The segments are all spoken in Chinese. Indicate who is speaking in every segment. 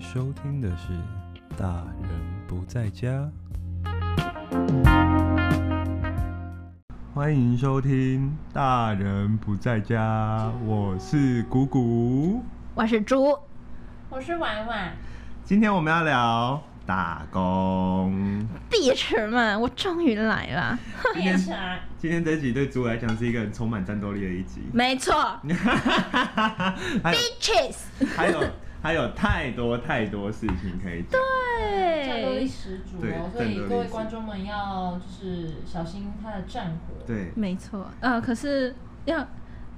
Speaker 1: 收听的是《大人不在家》，欢迎收听《大人不在家》，我是谷谷。
Speaker 2: 我是猪，
Speaker 3: 我是 婉婉，
Speaker 1: 今天我们要聊打工。
Speaker 2: 碧池们，我终于来了。
Speaker 3: 变成啊
Speaker 1: 今天这集对猪来讲是一个很充满战斗力的一集，
Speaker 2: 没错
Speaker 1: 还有
Speaker 2: ，Bitches。
Speaker 1: 还有还有太多太多事情可以讲。
Speaker 3: 战斗力
Speaker 2: 对，
Speaker 3: 十足
Speaker 1: 对
Speaker 3: 哦，
Speaker 1: 战
Speaker 3: 所
Speaker 1: 斗力
Speaker 3: 以各位
Speaker 1: 十
Speaker 3: 观众们要就是小心他的战火。
Speaker 1: 对，
Speaker 2: 没错。呃，可是要，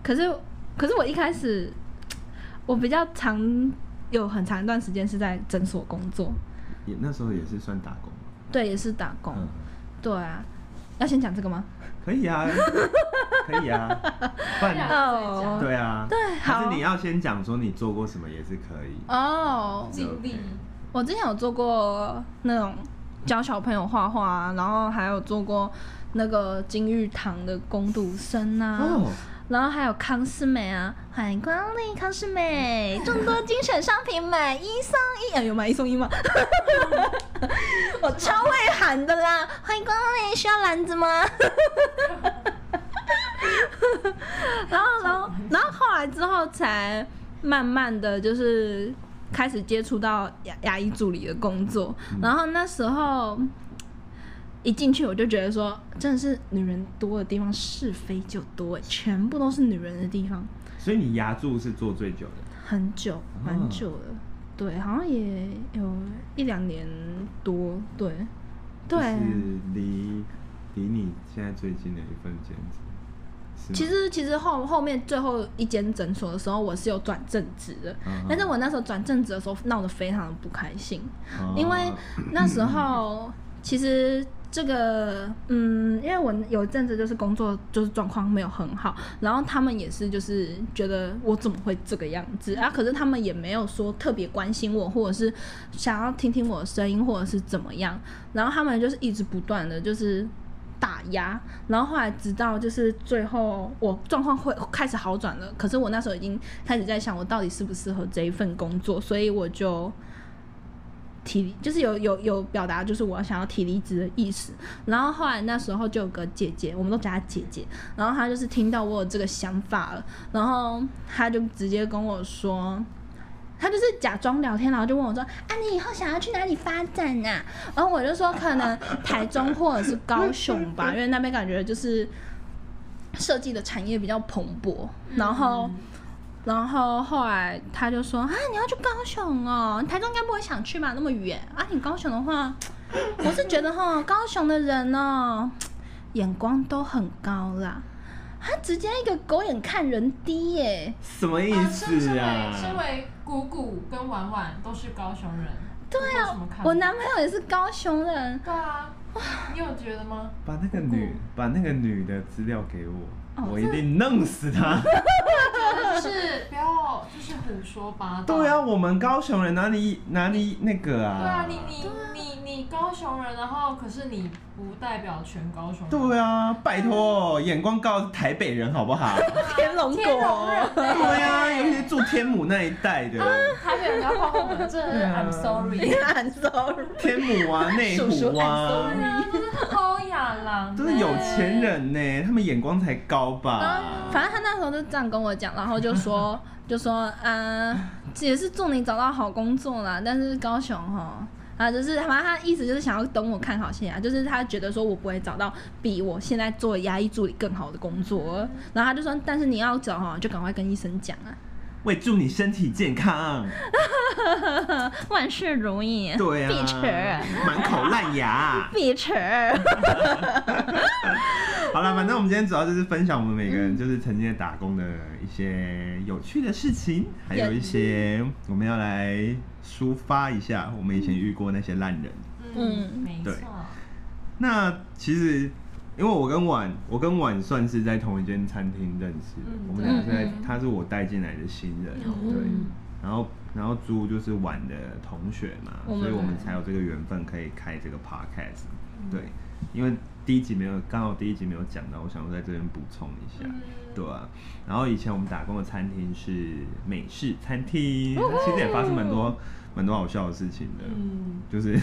Speaker 2: 可是可是我一开始，我比较长有很长一段时间是在诊所工作，
Speaker 1: 也那时候也是算打工。
Speaker 2: 对，也是打工。
Speaker 1: 嗯，
Speaker 2: 对啊，要先讲这个吗？
Speaker 1: 可以 啊，可以啊，不然
Speaker 2: 哦
Speaker 1: 对啊，
Speaker 2: 对
Speaker 1: 还
Speaker 2: 好
Speaker 1: 是你要先讲说你做过什么也是可以。
Speaker 2: 哦，
Speaker 3: 尽力，
Speaker 2: 我之前有做过那种教小朋友画画、啊，然后还有做过那个金玉堂的工读生啊。
Speaker 1: 哦，
Speaker 2: 然后还有康斯美啊，欢迎光临康斯美，众多精选商品买一送一，哎、有买一送一吗？我超会喊的啦，欢迎光临，需要篮子吗？然后，然后，然后后来之后才慢慢的就是开始接触到牙牙医助理的工作，然后那时候。一进去我就觉得说，真的是女人多的地方是非就多，全部都是女人的地方，
Speaker 1: 所以你牙柱是做最久的，
Speaker 2: 很久
Speaker 1: 啊
Speaker 2: 蛮久了，对，好像也有一两年多，对，对，
Speaker 1: 就是离离你现在最近的一份兼职。是吗
Speaker 2: 其，实其实后后面最后一间诊所的时候，我是有转正职的，
Speaker 1: 嗯
Speaker 2: 但是我那时候转正职的时候闹得非常的不开心，
Speaker 1: 哦
Speaker 2: 因为那时候其实这个，嗯，因为我有一阵子就是工作就是状况没有很好，然后他们也是就是觉得我怎么会这个样子啊？可是他们也没有说特别关心我，或者是想要听听我的声音，或者是怎么样。然后他们就是一直不断的就是打压，然后后来直到就是最后我状况会开始好转了，可是我那时候已经开始在想我到底适不适合这一份工作，所以我就提就是有有有表达就是我想要提离职的意思。然后后来那时候就有个姐姐，我们都叫她姐姐，然后她就是听到我有这个想法了，然后她就直接跟我说。她就是假装聊天，然后就问我说：“啊，你以后想要去哪里发展啊？”然后我就说可能台中或者是高雄吧，因为那边感觉就是设计的产业比较蓬勃。然后，然后后来他就说啊，你要去高雄哦，台中应该不会想去吧，那么远啊。你高雄的话，我是觉得哈，高雄的人哦，眼光都很高啦。他直接一个狗眼看人低耶、
Speaker 1: 什么意
Speaker 3: 啊身身
Speaker 1: 思
Speaker 3: 为
Speaker 1: 啊？
Speaker 3: 身为姑姑跟婉婉都是高雄人，对
Speaker 2: 啊我男朋友也是高雄人
Speaker 3: 对啊，你有觉 得吗？
Speaker 1: 把那个女把那个女的资料给我，
Speaker 2: 哦
Speaker 1: 我一定弄死 她。
Speaker 3: 就是不要就是胡说八道。
Speaker 1: 对啊，，我们高雄人哪里哪里那个啊？
Speaker 3: 对啊，你你你你高雄人，然后可是你不代表全高雄人。
Speaker 1: 对啊，拜托，眼光高是台北人好不好？
Speaker 2: 天龙哦
Speaker 3: 天龙 人欸
Speaker 1: 对啊，尤其是住天母那一带的，
Speaker 3: 台北人要夸我们，真的是 I'm
Speaker 1: 啊
Speaker 3: sorry。
Speaker 2: ，I'm sorry。
Speaker 1: 天母啊、内湖啊，
Speaker 3: 对啊，这是高雅郎，
Speaker 1: 都是有钱。人呢，他们眼光才高吧？
Speaker 2: 反正他那时候就这样跟我讲，然后 就说就说，嗯、也是祝你找到好工作啦。但是高雄哈啊，就是反正他意思就是想要等我看好戏啊，就是他觉得说我不会找到比我现在做牙医助理更好的工作，然后他就说，但是你要找哈，就赶快跟医生讲啊，
Speaker 1: 为祝你身体健康，
Speaker 2: 万事如意。
Speaker 1: 对啊
Speaker 2: 碧池，
Speaker 1: 满口烂 牙。
Speaker 2: 碧池，
Speaker 1: 好了，反正我们今天主要就是分享我们每个人就是曾经的打工的一些有趣的事情，还有一些我们要来抒发一下我们以前遇过那些烂人。
Speaker 3: 嗯，没错
Speaker 1: 对。那其实，因为我跟婉，我跟婉算是在同一间餐厅认识的，
Speaker 3: 嗯
Speaker 1: 我们俩是在
Speaker 3: 嗯，嗯
Speaker 1: 他是我带进来的新人，对。然后，然后朱就是婉的同学嘛，
Speaker 2: 我们
Speaker 3: 嗯
Speaker 1: 所以我们才有这个缘分可以开这个 podcast，对。因为第一集没有，刚好第一集没有讲到，我想要在这边补充一下。
Speaker 3: 嗯，
Speaker 1: 对啊，然后以前我们打工的餐厅是美式餐厅，其实也发生蛮多蛮多好笑的事情的，
Speaker 3: 哦嗯，
Speaker 1: 就是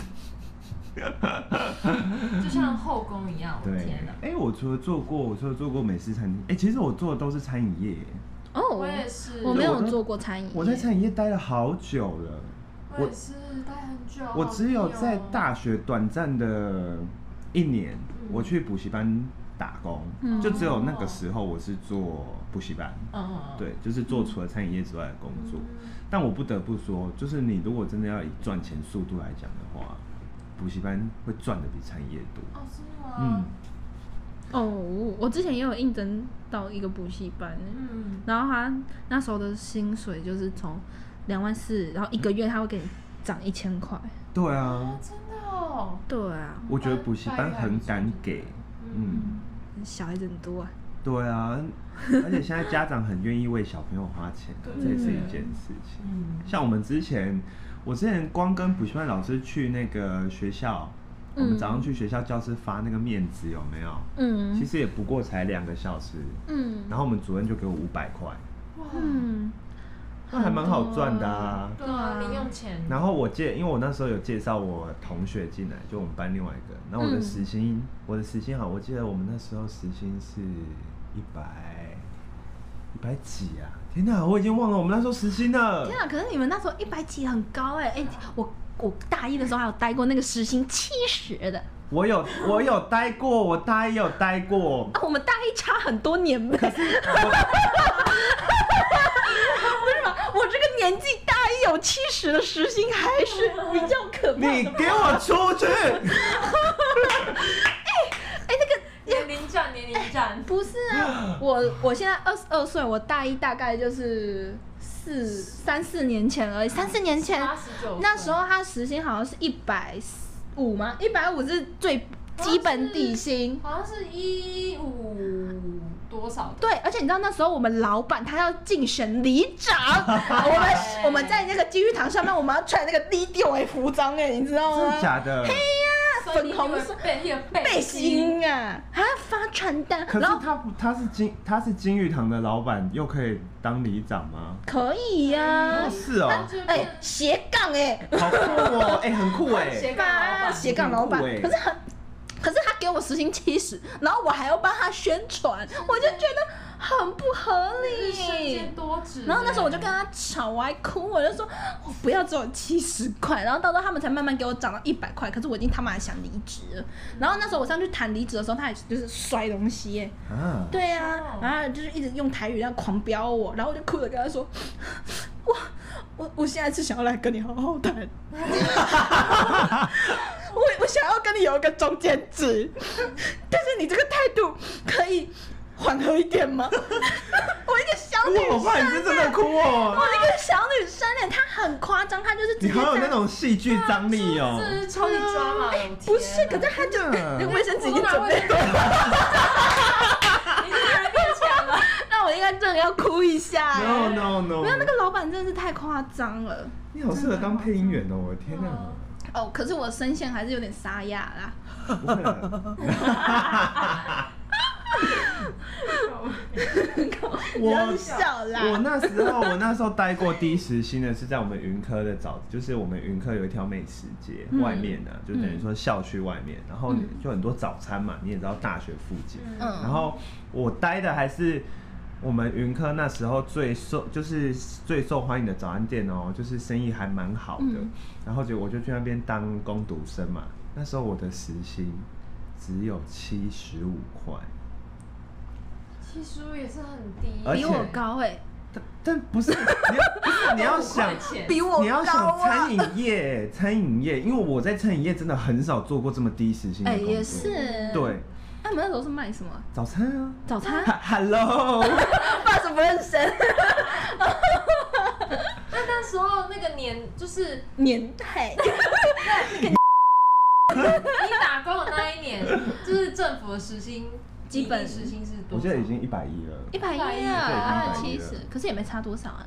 Speaker 3: 就像后宫一样，我的
Speaker 1: 对
Speaker 3: 天哪，！
Speaker 1: 哎、我除了做过，我除了做过美式餐厅，哎、其实我做的都是餐饮业，
Speaker 2: 哦，
Speaker 3: 我也是，
Speaker 2: 我没
Speaker 1: 对
Speaker 2: 有
Speaker 1: 我都
Speaker 2: 做过餐饮业，
Speaker 1: 我在餐饮业待了好久了，
Speaker 3: 我也是待很久，
Speaker 1: 我只有
Speaker 3: 好屁哦
Speaker 1: 在大学短暂的一年，
Speaker 3: 嗯
Speaker 1: 我去补习班打工，
Speaker 2: 嗯
Speaker 1: 就只有那个时候我是做补习班，
Speaker 3: 嗯嗯，
Speaker 1: 对，就是做除了餐饮业之外的工
Speaker 3: 嗯
Speaker 1: 作。但我不得不说，就是你如果真的要以赚钱速度来讲的话，补习班会赚的比餐饮业多。
Speaker 3: 哦，是吗？
Speaker 1: 嗯，
Speaker 2: 哦，我之前也有应征到一个补习班，
Speaker 3: 嗯，
Speaker 2: 然后他那时候的薪水就是从两万四，然后一个月他会给你涨一千块。
Speaker 1: 对
Speaker 3: 哦
Speaker 1: 啊，，
Speaker 3: 真的哦，
Speaker 2: 对啊，
Speaker 1: 我觉得补习班很敢给，嗯，
Speaker 2: 小孩子很多啊。
Speaker 1: 对 啊，而且现在家长很愿意为小朋友花钱啊、
Speaker 3: 对
Speaker 1: 这也是一件事情。
Speaker 3: 嗯，
Speaker 1: 像我们之前，我之前光跟补习班老师去那个学校，我们
Speaker 2: 嗯
Speaker 1: 早上去学校教室发那个面子有没有？其
Speaker 2: 嗯
Speaker 1: 实也不过才两个小时，
Speaker 2: 嗯
Speaker 1: 然后我们主任就给我五百块，
Speaker 3: 哇，
Speaker 2: 嗯，
Speaker 1: 那还蛮好赚的啊。
Speaker 2: 哦
Speaker 3: 对啊，零用钱，
Speaker 1: 然后我介，因为我那时候有介绍我同学进来，就我们班另外一个。然后我的
Speaker 2: 嗯
Speaker 1: 时薪，我的时薪好，我记得我们那时候时薪是一百一百几啊！天哪，我已经忘了我们那时候时薪了。
Speaker 2: 天啊！可是你们那时候一百几很高哎、哎、我我大一的时候还有待过那个时薪七十的
Speaker 1: 我有我有待过，我大一有待过。
Speaker 2: 啊，我们大一差很多年呗。为 什么我这个年纪大一有七十的时薪还是比较可怕
Speaker 1: 你
Speaker 2: 的？
Speaker 1: 给我出去！
Speaker 2: 哎、那个
Speaker 3: 年龄战，年龄战，
Speaker 2: 不是啊，我我现在二十二岁，我大一大概就是四三四年前而已，三四年前
Speaker 3: 啊八十九，
Speaker 2: 那时候他时薪好像是一百五吗？一百五是最基本底薪。
Speaker 3: 好像是一五多少的，
Speaker 2: 对，而且你知道那时候我们老板他要竞选里长，我们我们在那个金玉堂上面，我们要穿那个低调的服装哎、你知道
Speaker 1: 真
Speaker 2: 吗
Speaker 1: 的？假的？
Speaker 3: 所以你
Speaker 2: 粉红
Speaker 3: 以为
Speaker 2: 色
Speaker 3: 背那个
Speaker 2: 背
Speaker 3: 背心，
Speaker 2: 心啊，还要发传单，
Speaker 1: 可是
Speaker 2: 然后
Speaker 1: 他不，他是金他是金玉堂的老板，又可以当里长吗？
Speaker 2: 可以呀、
Speaker 1: 哦，是哦，
Speaker 3: 那就
Speaker 2: 哎、
Speaker 3: 变
Speaker 2: 斜杠哎、
Speaker 1: 好酷哦，哎，很酷 哎。
Speaker 3: 斜
Speaker 2: 吧，
Speaker 3: 杠
Speaker 2: 斜杠老板
Speaker 1: 很酷欸，
Speaker 2: 可是很，可是他给我时薪七十，然后我还要帮他宣传，我就觉得很不合
Speaker 3: 日升
Speaker 2: 理
Speaker 3: 兼。多职，
Speaker 2: 然后那时候我就跟他吵，我还哭，我就说我不要只有七十块。然后到时候他们才慢慢给我涨到一百块，可是我已经他妈想离职了。然后那时候我上去谈离职的时候，他也就是摔东西耶、
Speaker 1: 啊，
Speaker 2: 对呀、
Speaker 3: 哦
Speaker 2: 啊，然后就是一直用台语这样狂飙我，然后我就哭着跟他说，我我我现在是想要来跟你好好谈，我我想要跟你有一个中间值，但是你这个态度可以缓和一点吗？我一个小 女
Speaker 1: 哇，我
Speaker 2: 生
Speaker 1: 怕你是真的
Speaker 2: 欸、
Speaker 1: 哭哦
Speaker 2: 我，一个小女生哎、她很夸张，她就是
Speaker 1: 你
Speaker 2: 直接
Speaker 1: 好有
Speaker 2: 在
Speaker 1: 那种戏剧
Speaker 2: 啊
Speaker 1: 张力哦。
Speaker 3: 这
Speaker 2: 哎
Speaker 3: 是超级抓马，我
Speaker 2: 不是，可是
Speaker 3: 天
Speaker 2: 她就
Speaker 1: 真的
Speaker 2: 那个卫生纸已经
Speaker 3: 我都
Speaker 2: 准备
Speaker 3: 拿卫生
Speaker 2: 好了。
Speaker 3: 哪你这个人变强了，
Speaker 2: 那我应该真的要哭一下、 欸。
Speaker 1: No no no！
Speaker 2: 没有那个老板真的是太夸张了。
Speaker 1: 你好适合当配音员哦，我的天哪！
Speaker 2: 哦，可是我声线还是有点沙哑啦。
Speaker 1: 不会啊啦
Speaker 2: 不要
Speaker 1: 我
Speaker 2: 笑
Speaker 1: 我
Speaker 2: 啦。
Speaker 1: 那时候，我那时候待过低时薪的是在我们云科的早，就是我们云科有一条美食街、
Speaker 2: 嗯
Speaker 1: 外面呢、啊，就等于说校区外面，然后
Speaker 2: 嗯
Speaker 1: 就很多早餐嘛，你也知道大学附近。
Speaker 3: 嗯
Speaker 2: 嗯
Speaker 1: 然后我待的还是我们云科那时候最受，就是最受欢迎的早餐店哦，就是生意还蛮好的。
Speaker 2: 嗯
Speaker 1: 然后就我就去那边当工读生嘛，那时候我的时薪只有七十五块，
Speaker 3: 七十五也是很低，
Speaker 1: 而
Speaker 2: 比
Speaker 1: 且
Speaker 2: 我高哎、
Speaker 1: 但但不是你要不是你要想。
Speaker 2: 比我高、啊、
Speaker 1: 你要想餐饮业，
Speaker 2: 啊
Speaker 1: 餐饮业，因为我在餐饮业真的很少做过这么低时薪的
Speaker 2: 哎、
Speaker 1: 工作。
Speaker 2: 也是。
Speaker 1: 对，
Speaker 2: 那你们那时候是卖什么？
Speaker 1: 早餐啊。
Speaker 2: 早餐？
Speaker 1: 哈 Hello，
Speaker 2: 爸怎么认生？
Speaker 3: 那那时候那个年，就是
Speaker 2: 年代。
Speaker 3: 你打工的那一年， 就是政府的时薪，
Speaker 2: 基本
Speaker 3: 低时薪是多少？
Speaker 1: 我记得已经一百一了。
Speaker 2: 一百一
Speaker 3: 110
Speaker 2: 啊，
Speaker 1: 对
Speaker 2: 二
Speaker 1: 110
Speaker 2: 七十，可是也没差多少啊。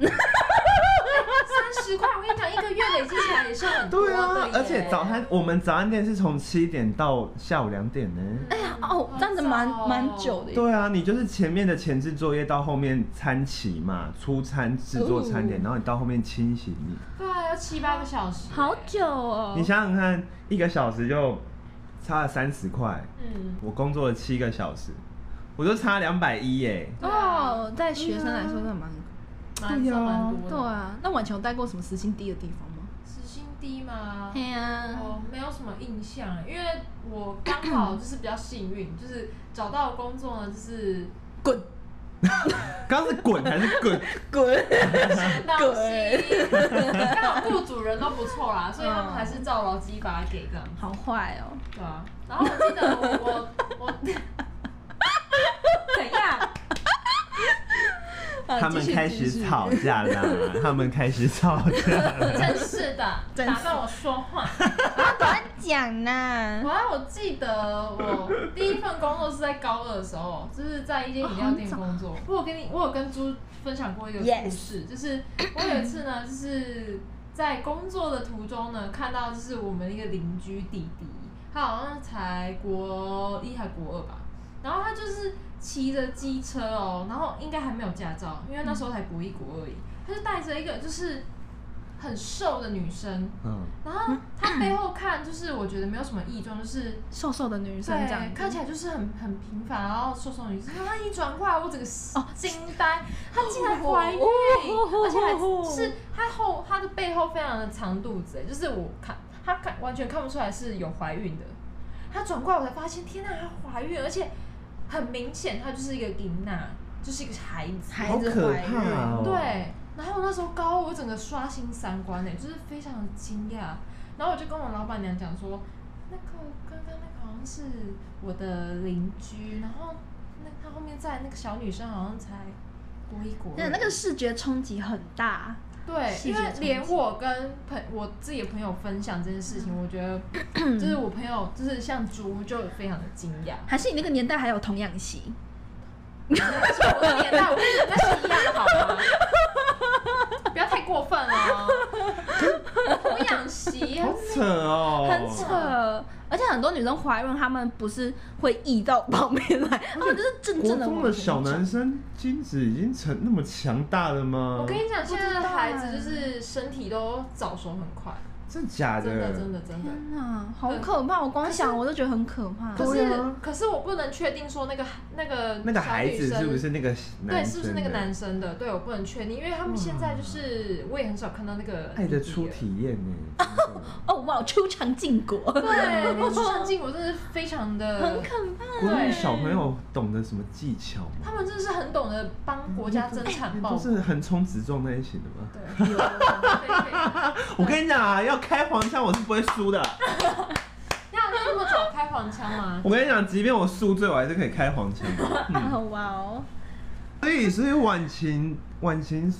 Speaker 3: 三十块，我跟你讲，一个月累积起来也是很多
Speaker 1: 对
Speaker 3: 的
Speaker 1: 啊
Speaker 3: 耶，
Speaker 1: 而且早餐我们早餐店是从七点到下午两点呢、
Speaker 3: 嗯
Speaker 2: 哎呀，哦，这样子蛮
Speaker 3: 好早哦
Speaker 2: 蛮久的耶。
Speaker 1: 对啊，你就是前面的前置作业到后面餐期嘛，出餐制作餐点，
Speaker 2: 哦
Speaker 1: 然后你到后面清洗你，
Speaker 3: 对啊，要七八个小时，
Speaker 2: 好，久哦。
Speaker 1: 你想想看，一个小时就差了三十块，
Speaker 3: 嗯，
Speaker 1: 我工作了七个小时，我就差两百一耶。
Speaker 2: 哦，在学生来说，真的蛮
Speaker 3: 蛮
Speaker 1: 对啊
Speaker 3: 算蛮
Speaker 2: 对
Speaker 3: 多的，
Speaker 2: 啊。那晚前有待过什么时薪低的地方吗？
Speaker 3: 时薪低吗？
Speaker 2: 对呀，
Speaker 3: 我没有什么印象，欸因为我刚好就是比较幸运，就是找到的工作呢，就是
Speaker 2: 滚
Speaker 1: 刚刚是滚还是滚？
Speaker 2: 滚！
Speaker 3: 闹心， 刚好雇主人都不错啦，所以他们还是照劳基法给这样，
Speaker 2: 好坏哦。
Speaker 3: 对啊。然后我记得我我我 怎 样？
Speaker 2: 啊
Speaker 1: 他们开始吵，架啦，他们开始吵架。
Speaker 3: 真是的，
Speaker 2: 真
Speaker 3: 打
Speaker 2: 是
Speaker 3: 断我说话。
Speaker 2: 赶讲呐。
Speaker 3: 我还我记得我第一份工作是在高二的时候，就是在一间饮料店工作。我有跟你，我有跟猪分享过一个故事就是我有一次呢，就是在工作的途中呢，看到就是我们一个邻居弟弟，他好像才国一还国二吧，然后他就是骑着机车哦，然后应该还没有驾照，因为那时候才国一国二而已，他就带着一个就是很瘦的女生，
Speaker 1: 嗯，
Speaker 3: 然后他背后看，就是我觉得没有什么异状，就是
Speaker 2: 瘦瘦的女生这样
Speaker 3: 对，
Speaker 2: 子，
Speaker 3: 看起来就是很很平凡，然后瘦瘦的女生。她一转过来，我整个
Speaker 2: 哦
Speaker 3: 惊呆，她竟然怀孕，
Speaker 2: 哦哦哦
Speaker 3: 而且
Speaker 2: 哦哦
Speaker 3: 还是她后她的背后非常的长肚子，就是我看她看完全看不出来是有怀孕的。她转过来，我才发现，天呐，她怀孕，而且很明显，她就是一个琳娜，就是一个孩子，
Speaker 2: 孩
Speaker 1: 好
Speaker 2: 子
Speaker 1: 可
Speaker 2: 怀孕
Speaker 1: 怕哦。
Speaker 3: 对，然后我那时候高，我整个刷新三观呢、就是非常的惊讶。然后我就跟我老板娘讲说，那个刚刚那个好像是我的邻居，然后那她后面在那个小女生好像才国一国
Speaker 2: 那
Speaker 3: 二，
Speaker 2: 那个视觉冲击很大。
Speaker 3: 对，
Speaker 2: 细
Speaker 3: 因
Speaker 2: 节
Speaker 3: 为
Speaker 2: 冲
Speaker 3: 连
Speaker 2: 击
Speaker 3: 我跟朋我自己的朋友分享这件事
Speaker 2: 嗯
Speaker 3: 情，我觉得就是我朋友就是像猪就非常的惊讶，
Speaker 2: 还是你那个年代还有童养媳？
Speaker 3: 但是我的年代我跟你们那是一样好吗？不要太过分哦！童养媳
Speaker 1: 好扯哦，
Speaker 2: 很扯，而且很多女生怀孕，她们不是会溢到旁边 来，她们就是真
Speaker 1: 国
Speaker 2: 正的
Speaker 1: 中
Speaker 2: 往
Speaker 1: 的
Speaker 2: 前
Speaker 1: 小
Speaker 2: 走
Speaker 1: 男生精子已经成那么强大了吗？
Speaker 3: 我跟你讲，现在
Speaker 2: 不知
Speaker 3: 的
Speaker 2: 道
Speaker 3: 孩子
Speaker 2: 哎
Speaker 3: 就是身体都早熟很快，
Speaker 1: 真的假
Speaker 3: 真的真的真的。
Speaker 2: 天哪，好可怕！我光想我都觉得很可怕。
Speaker 3: 可
Speaker 1: 对
Speaker 3: 是
Speaker 1: 啊
Speaker 3: 可是我不能确定说那个那个
Speaker 1: 那个
Speaker 3: 小
Speaker 1: 孩
Speaker 3: 女
Speaker 1: 子
Speaker 3: 生
Speaker 1: 是不是那个
Speaker 3: 对
Speaker 1: 男生的？
Speaker 3: 是不是那个男生的？对我不能确定，因为他们现在就是我也很少看到那个
Speaker 1: 爱的
Speaker 3: 弟弟
Speaker 1: 初
Speaker 3: 了。
Speaker 1: 体验 呢？
Speaker 2: 哦哇，出场禁果，
Speaker 3: 对，那个出生镜我真的是非常的
Speaker 2: 很可怕。
Speaker 1: 国内小朋友懂得什么技巧吗？哎
Speaker 3: 他们真的是很懂得帮国家争产报
Speaker 1: 都
Speaker 3: 国。
Speaker 1: 是横冲直撞那一型的吗？
Speaker 3: 对，有有有
Speaker 1: 我跟你讲啊，要开黄腔我是不会输的。
Speaker 3: 那那么早开黄 腔吗？
Speaker 1: 我跟你讲，即便我宿醉，我还是可以开黄腔的。嗯
Speaker 2: 哦哇哦，
Speaker 1: 所以，所以晚晴晚晴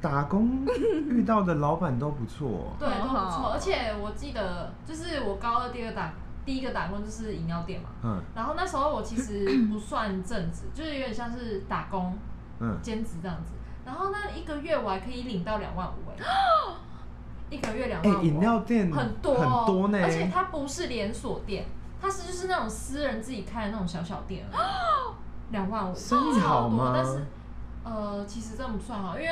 Speaker 1: 打工遇到的老板都不 错。
Speaker 3: 对，都不
Speaker 2: 好
Speaker 3: 错。
Speaker 2: 好
Speaker 3: 而且我记得，就是我高二第二个打第一个打工就是饮料店嘛。
Speaker 1: 嗯
Speaker 3: 然后那时候我其实不算正职，就是有点像是打工
Speaker 1: 嗯，
Speaker 3: 兼职这样子。然后那一个月我还可以领到两万五哎，一个月两
Speaker 1: 哎、
Speaker 3: 万五，
Speaker 1: 饮料店
Speaker 3: 哦很多哦
Speaker 1: 很多呢，
Speaker 3: 而且它不是连锁店，它是就是那种私人自己开的那种小小店而 已，两万五，
Speaker 1: 生意好吗
Speaker 3: 超多但是呃，其实真的不算好，因为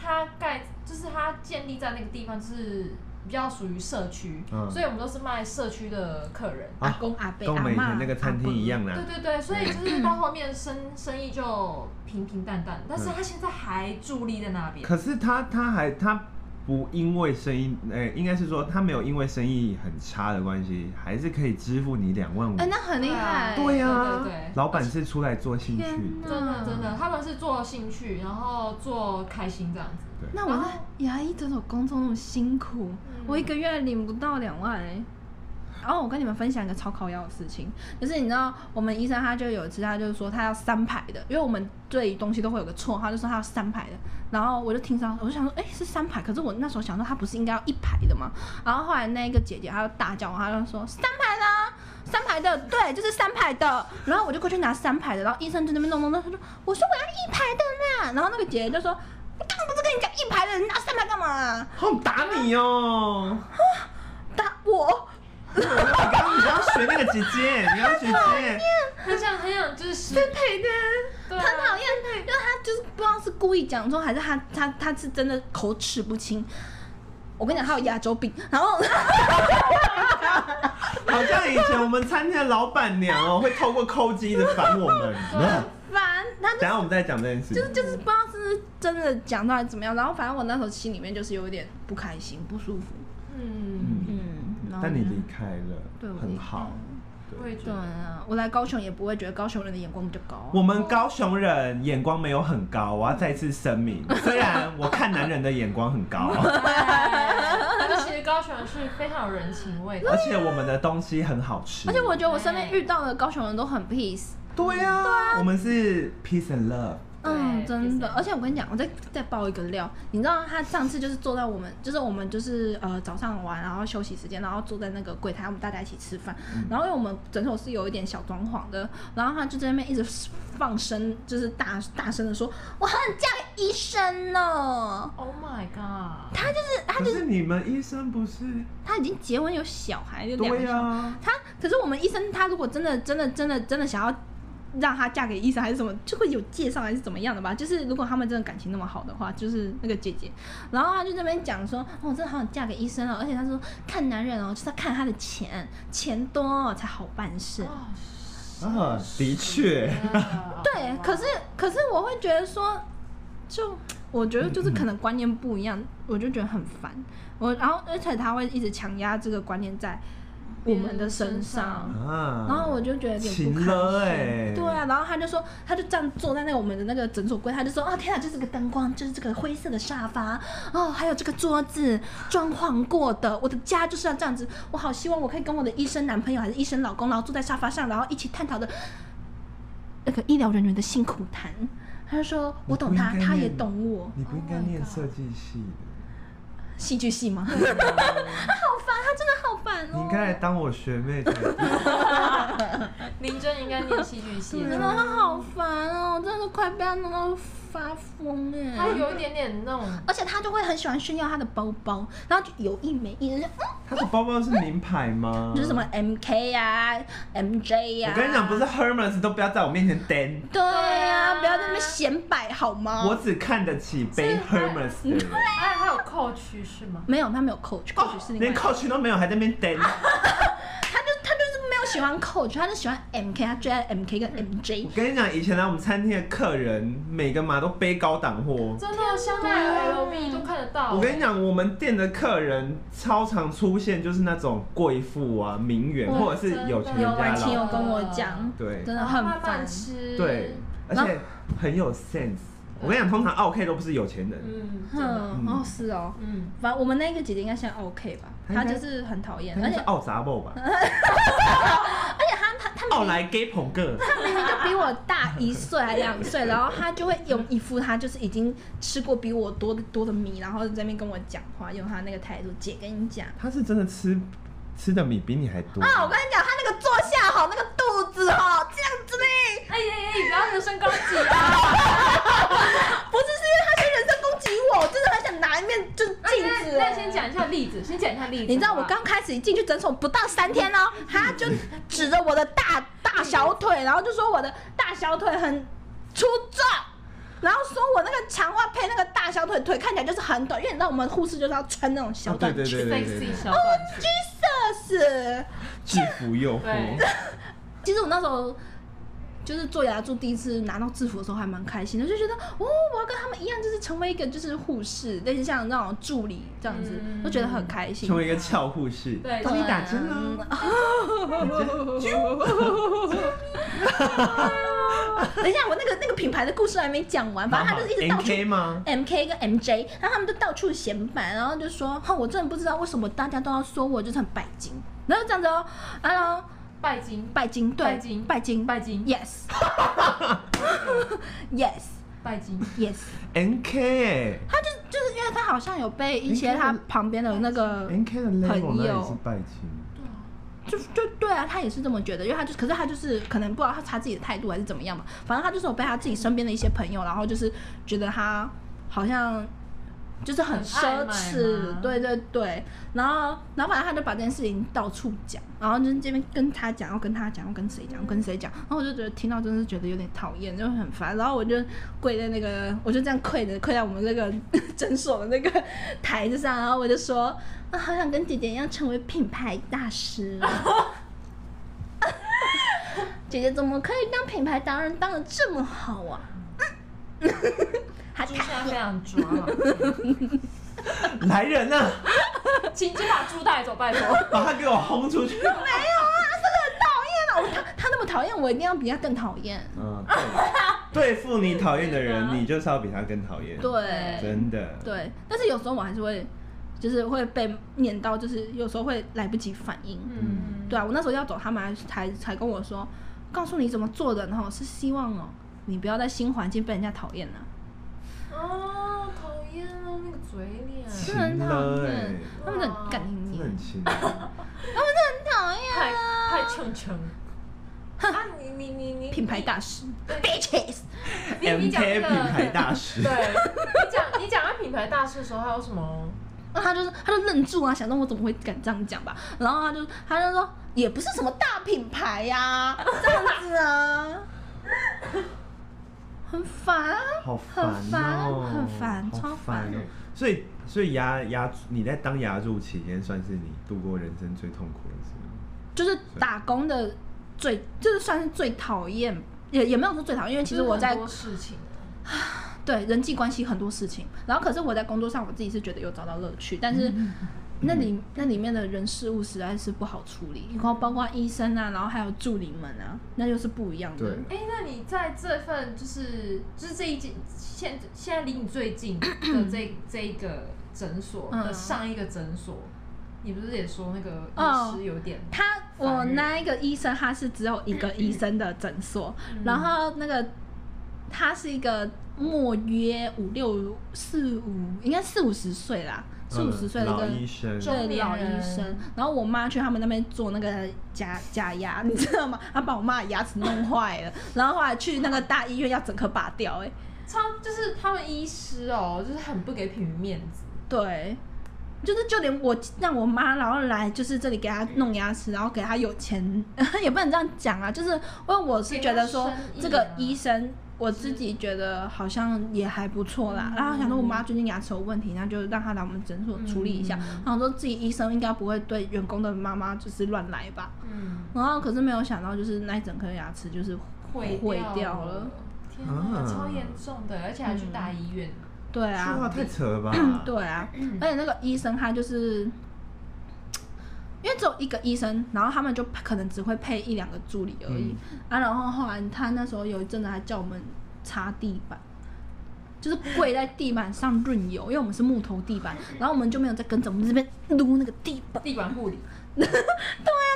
Speaker 3: 它盖就是它建立在那个地方就是比较属于社区，
Speaker 1: 嗯
Speaker 3: 所以我们都是卖社区的客人。
Speaker 2: 阿公阿
Speaker 1: 啊
Speaker 2: 伯
Speaker 1: 跟我
Speaker 2: 阿
Speaker 1: 们以
Speaker 2: 妈
Speaker 1: 前那个餐厅一样啦
Speaker 3: 对。对对，所以就是到后面生生意就平平淡淡，但是他现在还伫立在那
Speaker 1: 嗯
Speaker 3: 边。
Speaker 1: 可是他他还他不因为生意，哎、应该是说他没有因为生意很差的关系，还是可以支付你两万五。
Speaker 2: 哎，那很厉害。
Speaker 1: 对啊呀、
Speaker 3: 呃对对对
Speaker 1: 老板是出来做兴趣
Speaker 2: 天
Speaker 1: 的。
Speaker 2: 哪
Speaker 3: 真的真的，他们是做兴趣，然后做开心这样子。
Speaker 2: 那我
Speaker 1: 啊
Speaker 2: 在牙医诊所工作那么辛苦，
Speaker 3: 嗯
Speaker 2: 我一个月领不到两万哎、然后我跟你们分享一个超考药的事情，就是你知道我们医生他就有一次他就是说他要三排的，因为我们对东西都会有个绰号，他就说他要三排的。然后我就听到我就想说，哎、是三排，可是我那时候想说他不是应该要一排的吗？然后后来那个姐姐她就大叫，她就说三排的啊，三排的，对，就是三排的。然后我就过去拿三排的，然后医生在那边弄弄弄，他说我说我要一排的啦，然后那个姐姐就说。我刚刚不是跟你你讲一排的，你拿三排干嘛、啊？
Speaker 1: 好打你哦！
Speaker 2: 打我？
Speaker 1: 你刚刚你要学那个姐姐，你要学姐，
Speaker 3: 很想很想就是实
Speaker 2: 分配的，
Speaker 3: 对啊
Speaker 2: 很讨厌。因为他就是不知道是故意讲错，还是他他他是真的口齿不清。我跟你讲，他有牙周病，然 后
Speaker 1: 好像以前我们餐厅的老板娘哦，会透过扣机的烦 我们。
Speaker 2: 烦他
Speaker 1: 等一下我们再讲这件事
Speaker 2: 就是就是不知道是真的讲到底怎么样，然后反正我那时候心里面就是有一点不开心、不舒服。
Speaker 3: 嗯，
Speaker 2: 嗯，然后
Speaker 1: 但你离开了，
Speaker 2: 对我
Speaker 1: 很
Speaker 2: 离开
Speaker 1: 好。
Speaker 3: 我也觉
Speaker 2: 对
Speaker 3: 得。
Speaker 2: 啊，我来高雄也不会觉得高雄人的眼光比较高啊、
Speaker 1: 我们高雄人眼光没有很高，我要再次声 明。虽然我看男人的眼光很高，
Speaker 2: 啊
Speaker 3: 嗯哎但是其实高雄人是非常有人情味的
Speaker 1: 而。且我们的东西很好吃。
Speaker 2: 而且我觉得我身边遇到的高雄人都很 peace。
Speaker 1: 对啊，我们是 peace and love。
Speaker 2: 嗯，
Speaker 3: 对
Speaker 2: 真的，
Speaker 3: peace
Speaker 2: 而且我跟你讲，我再再爆一个料，你知道他上次就是坐在我们，就是我们就是呃早上玩，然后休息时间，然后坐在那个柜台，我们大家一起吃饭，然后因为我们诊所是有一点小装潢的，然后他就在那边一直放声，就是大大声的说，我很想嫁给医生呢，
Speaker 3: Oh my god！
Speaker 2: 他就是他
Speaker 1: 可是你们医生不是？
Speaker 2: 他已经结婚有小孩，就两个
Speaker 1: 对
Speaker 2: 小孩。
Speaker 1: 啊，
Speaker 2: 他可是我们医生，他如果真的真的真的真的想要让她嫁给医生还是什么，就会有介绍还是怎么样的吧？就是如果他们真的感情那么好的话，就是那个姐姐，然后她就这边讲说，哦，我真的好想嫁给医生哦，而且她说看男人哦，就是要看他的钱，钱多、哦、才好办事。
Speaker 3: 啊
Speaker 1: 啊，的确。
Speaker 2: 对，可是可是我会觉得说，就我觉得就是可能观念不一样，我就觉得很烦。我然后而且他会一直强压这个观念在我们的身上。
Speaker 1: 啊
Speaker 2: 然后我就觉得有点不
Speaker 1: 请
Speaker 2: 开
Speaker 1: 了
Speaker 2: 心，
Speaker 1: 哎
Speaker 2: 对啊，然后他就说，他就这样坐在那个我们的那个诊所柜，他就说，哦天啊，就是这个灯光，就是这个灰色的沙发，哦，还有这个桌子装潢过的，我的家就是要这样子，我好希望我可以跟我的医生男朋友还是医生老公，然后坐在沙发上，然后一起探讨的那个医疗人员的辛苦谈。他就说，我懂他，
Speaker 1: 你不应该念
Speaker 2: 他也懂我，
Speaker 1: 你不应该
Speaker 3: Oh my
Speaker 1: 念
Speaker 3: god
Speaker 1: 设计系的，
Speaker 2: 戏剧系吗？好烦，他真的好烦哦。
Speaker 1: 你应该来当我学 妹才对。
Speaker 3: 林真应该念戏剧系
Speaker 2: 真
Speaker 3: 的，
Speaker 2: 的他好烦哦，真的快被他弄到发疯哎。
Speaker 3: 他有一点点那种
Speaker 2: 而且他就会很喜欢炫耀他的包包，然后就有意没意的就嗯，
Speaker 1: 他的包包是名牌 吗？
Speaker 2: 就是什么？MK 啊呀、MJ
Speaker 1: 嗯
Speaker 2: 呀、
Speaker 1: 我跟你讲，不是 Hermes 都不要在我面前登，
Speaker 2: 啊对呀、
Speaker 3: 对啊
Speaker 2: 不要在那边显摆好吗？
Speaker 1: 我只看得起背
Speaker 3: 是
Speaker 1: Hermes 的人。
Speaker 3: 哎，还有 coach 是吗？
Speaker 2: 没有，他没有 coach，coach 是另外一
Speaker 1: 连
Speaker 2: 个
Speaker 1: coach 都没有，还在那边登。
Speaker 2: 他就他就是没有喜欢 coach，他就喜欢 MK，他最爱 MK 跟 MJ
Speaker 1: 我。跟你讲，以前啊来我们餐厅的客人，每个嘛都背高档货。
Speaker 3: 真的，香奈儿 LV 都看得
Speaker 2: 哦
Speaker 3: 到。
Speaker 1: 我跟你，讲，我们店的客人超常出现，就是那种贵妇啊、名媛，
Speaker 2: 哇
Speaker 1: 或者是有钱人
Speaker 2: 有
Speaker 1: 家
Speaker 2: 晚
Speaker 1: 的
Speaker 2: 期
Speaker 1: 老
Speaker 2: 有跟我讲，
Speaker 1: 对
Speaker 2: 真的
Speaker 3: 然
Speaker 2: 很
Speaker 3: 后慢
Speaker 2: 烦
Speaker 3: 慢。吃。
Speaker 1: 对，而
Speaker 2: 然后
Speaker 1: 且很有 sense。我跟你讲，通常 OK 都不是有钱人，
Speaker 3: 嗯，真的，
Speaker 2: 嗯，哦是哦，
Speaker 3: 嗯，
Speaker 2: 反正我们那个姐姐应该现在 OK 吧，
Speaker 1: 她
Speaker 2: 她
Speaker 1: 应该
Speaker 2: 就是很讨厌，
Speaker 1: 他
Speaker 2: 嗯而
Speaker 1: 就是
Speaker 2: 且
Speaker 1: 奥杂布吧，
Speaker 2: 而且她她她
Speaker 1: 奥莱 gay 捧个。
Speaker 2: 他明明就比我大一岁还两岁，然后他就会用一副他就是已经吃过比我多的多的米，然后在那边跟我讲话，用他那个态度。姐跟你讲
Speaker 1: 他是真的吃吃的米比你还多。
Speaker 2: 啊，我跟你讲，他那个坐下好，那个肚子哦，这样子嘞，
Speaker 3: 哎呀呀，不要人身攻击啊！
Speaker 2: 不是是因为他在人身攻击我，我真的很想拿一面就是镜子。
Speaker 3: 那先。讲一下例子，先讲一下例子。
Speaker 2: 啊你知道我刚开始一进去诊所不到三天哦，他就指着我的大大小腿，然后就说我的大小腿很粗壮，然后说我那个长袜配那个大小腿，腿看起来就是很短，因为你知道我们护士就是要穿那种小
Speaker 1: 哦
Speaker 2: 短
Speaker 1: 对
Speaker 2: 裙。
Speaker 1: 对对对
Speaker 3: sexy
Speaker 1: 对，
Speaker 3: 小短裙，
Speaker 2: 是，
Speaker 1: 制服诱惑
Speaker 3: 对。
Speaker 2: 其实我那时候。就是做牙柱第一次拿到制服的时候还蛮开心的，就觉得哦，我要跟他们一样，就是成为一个就是护士，类似像那种助理这样子，
Speaker 3: 嗯
Speaker 2: 就觉得很开心
Speaker 1: 成。为一个俏护士，
Speaker 3: 对
Speaker 1: 帮你打针啊！
Speaker 2: 哦等一下，我那个那个品牌的故事还没讲完，反正他就是一直到处
Speaker 1: NK 吗？
Speaker 2: M K 跟 M J，然后他们就到处显摆，然后就说：“哦哈，我真的不知道为什么大家都要说我就是很拜金。”然后就这样子哦，然后
Speaker 3: 拜金，
Speaker 2: 拜金，对，
Speaker 3: 拜金
Speaker 2: 拜金，
Speaker 3: 拜金
Speaker 2: ，yes，yes，yes。
Speaker 3: 拜金，
Speaker 1: N K
Speaker 2: 他就就是因为他好像有被一些
Speaker 1: NK
Speaker 2: 他旁边的那个，
Speaker 1: N K 的 level
Speaker 2: 朋
Speaker 1: 那
Speaker 2: 友
Speaker 1: 也是拜金，
Speaker 2: 就就对啊，他也是这么觉得，因为他就可是他就是可能不知道他他自己的态度还是怎么样嘛，反正他就是有被他自己身边的一些朋友，然后就是觉得他好像就是很奢
Speaker 3: 很爱买
Speaker 2: 侈，
Speaker 3: 吗
Speaker 2: 对对对。然后，然后反正他就把这件事情到处讲，然后就是这边跟他讲，要跟他讲，要跟谁讲，跟谁讲。然后我就觉得听到真的是觉得有点讨厌，就很烦。然后我就跪在那个，我就这样跪着跪在我们那个诊所的那个台子上，然后我就说啊，好想跟姐姐一样成为品牌大师。 姐姐怎么可以当品牌达人当的这么好啊？嗯 还
Speaker 3: 猪
Speaker 2: 讨
Speaker 3: 现在非
Speaker 2: 厌
Speaker 3: 常抓，啊
Speaker 1: 来人啊，
Speaker 3: 请请把猪带走，拜托。
Speaker 1: 把他给我轰出去！
Speaker 2: 啊！我他他那么讨厌我，一定要比他更讨厌。
Speaker 1: 嗯，对，对付你讨厌的人，你就是要比他更讨厌。
Speaker 2: 对
Speaker 1: 真的。
Speaker 2: 对，但是有时候我还是会，就是会被念到，就是有时候会来不及反应。
Speaker 3: 嗯，
Speaker 2: 对啊，我那时候要走，他们还才才跟我说，告诉你怎么做的，然后是希望哦，你不要在新环境被人家讨厌了。
Speaker 3: 哦，讨厌哦，那个嘴脸，
Speaker 2: 真的很讨
Speaker 1: 了欸
Speaker 2: 厌，他们真的很干
Speaker 1: 真
Speaker 2: 你，
Speaker 1: 的
Speaker 2: 很
Speaker 1: 很亲。
Speaker 2: 讨厌
Speaker 3: 太太
Speaker 2: 啊！
Speaker 3: 逞强。啊，你你你你
Speaker 2: 品牌大师
Speaker 3: 对
Speaker 2: ，bitches，
Speaker 3: 你你
Speaker 1: M
Speaker 3: 讲
Speaker 1: K
Speaker 3: 那个
Speaker 1: 品牌大使
Speaker 3: 对，你讲你讲他品牌大师的时候，还有什么？
Speaker 2: 那他就是他就愣住啊，想到我怎么会敢这样讲吧，然后他就他就说也不是什么大品牌呀、这样子啊，很烦啊，
Speaker 1: 好烦哦，
Speaker 2: 很烦
Speaker 1: 好
Speaker 2: 超烦
Speaker 1: 哦。所以，所以牙牙，你在当牙助期间，算是你度过人生最痛苦的时候。
Speaker 2: 就是打工的最就是算是最讨厌，也也没有说最讨厌，因为其实我在
Speaker 3: 很多事情啊，
Speaker 2: 对人际关系很多事情，然后可是我在工作上我自己是觉得有找到乐趣，但
Speaker 3: 嗯
Speaker 2: 是那里那里面的人事物实在是不好处理，然后包括医生啊，然后还有助理们啊，那又是不一样的
Speaker 1: 对。
Speaker 3: 哎、那你在这份就是就是这一间现现在离你最近的 这这一个诊所
Speaker 2: 嗯
Speaker 3: 的上一个诊所，你不是也说那个
Speaker 2: 哦
Speaker 3: 医师有点、
Speaker 2: 他我
Speaker 3: 烦人
Speaker 2: 那一个医生，他是只有一个医生的诊所，
Speaker 3: 嗯
Speaker 2: 然后那个他是一个莫约五六四五，应该四五十岁啦，四五十岁的
Speaker 1: 嗯
Speaker 2: 一
Speaker 1: 呃老
Speaker 2: 个。
Speaker 1: 医生，
Speaker 3: 中
Speaker 2: 对
Speaker 3: 年
Speaker 2: 老
Speaker 3: 人
Speaker 2: 医生，然后我妈去他们那边做那个假假牙， 你知道吗？她把我妈的牙齿弄坏了，然后后来去那个大医院要整颗拔掉、哎，
Speaker 3: 超就是他们医师哦，就是很不给品鱼面子，
Speaker 2: 对，就是就连我让我妈，然后来就是这里给她弄牙齿，然后给她有钱， 也不能这样讲啊，就是因为我是觉得说
Speaker 3: 给她生意啊
Speaker 2: 这个医生。我自己觉得好像也还不错
Speaker 3: 嗯
Speaker 2: 啦，然后想说我妈最近牙齿有问题，那就让她来我们诊所处理一下。
Speaker 3: 嗯
Speaker 2: 然后说自己医生应该不会对员工的妈妈就是乱来吧。
Speaker 3: 嗯，
Speaker 2: 然后可是没有想到，就是那一整颗牙齿就是
Speaker 3: 毁
Speaker 2: 毁
Speaker 3: 掉
Speaker 2: 掉了。嗯
Speaker 3: 天哪，
Speaker 1: 啊
Speaker 3: 超严重的，而且还去大医院。
Speaker 2: 对
Speaker 1: 这话
Speaker 2: 啊，
Speaker 1: 太扯了吧？
Speaker 2: 对啊，
Speaker 1: 嗯
Speaker 2: 而且那个医生他就是，因为只有一个医生，然后他们就可能只会配一两个助理
Speaker 1: 嗯
Speaker 2: 而已、啊。然后后来他那时候有一阵子还叫我们擦地板。就是跪在地板上润油，因为我们是木头 地板，然后我们就没有在跟着，我们这边撸那个地板，
Speaker 3: 地板护理，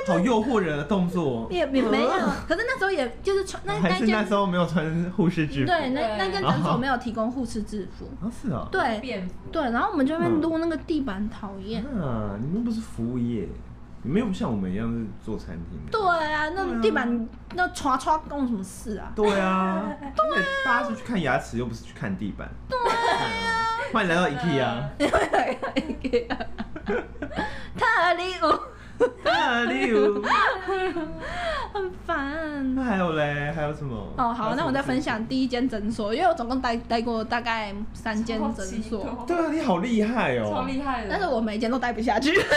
Speaker 1: 好诱惑人的动作。
Speaker 2: 也也没有。 可是那时候也就是穿那
Speaker 1: 还
Speaker 2: 那
Speaker 1: 是那
Speaker 2: 间
Speaker 1: 时候没有穿护士制服。
Speaker 2: 对
Speaker 3: 对
Speaker 2: 那那间 诊所没有提供护士制服，
Speaker 1: 啊，是哦。。
Speaker 2: 对，
Speaker 3: 便服，
Speaker 2: 对，然后我们就在那
Speaker 1: 嗯
Speaker 2: 边撸那个地板，讨厌。
Speaker 1: 啊，你们不是服务业，你们又不像我们一样是做餐厅的。
Speaker 2: 对啊，那地板那刷刷关我什么事 啊？
Speaker 1: 对啊，对大家是去看牙齿，又不是去看地板。对啊，欢迎来到 IKEA。
Speaker 2: 太离我
Speaker 1: 啊，例如，
Speaker 2: 很烦。
Speaker 1: 那还有嘞，还有什么？
Speaker 2: 哦，好，那我再分享第一间诊所，因为我总共待待过大概三间
Speaker 3: 超级
Speaker 2: 诊所，
Speaker 3: 多
Speaker 1: 对啊，你好厉害哦！
Speaker 3: 超厉害的。
Speaker 2: 但是我每一间都待不下去。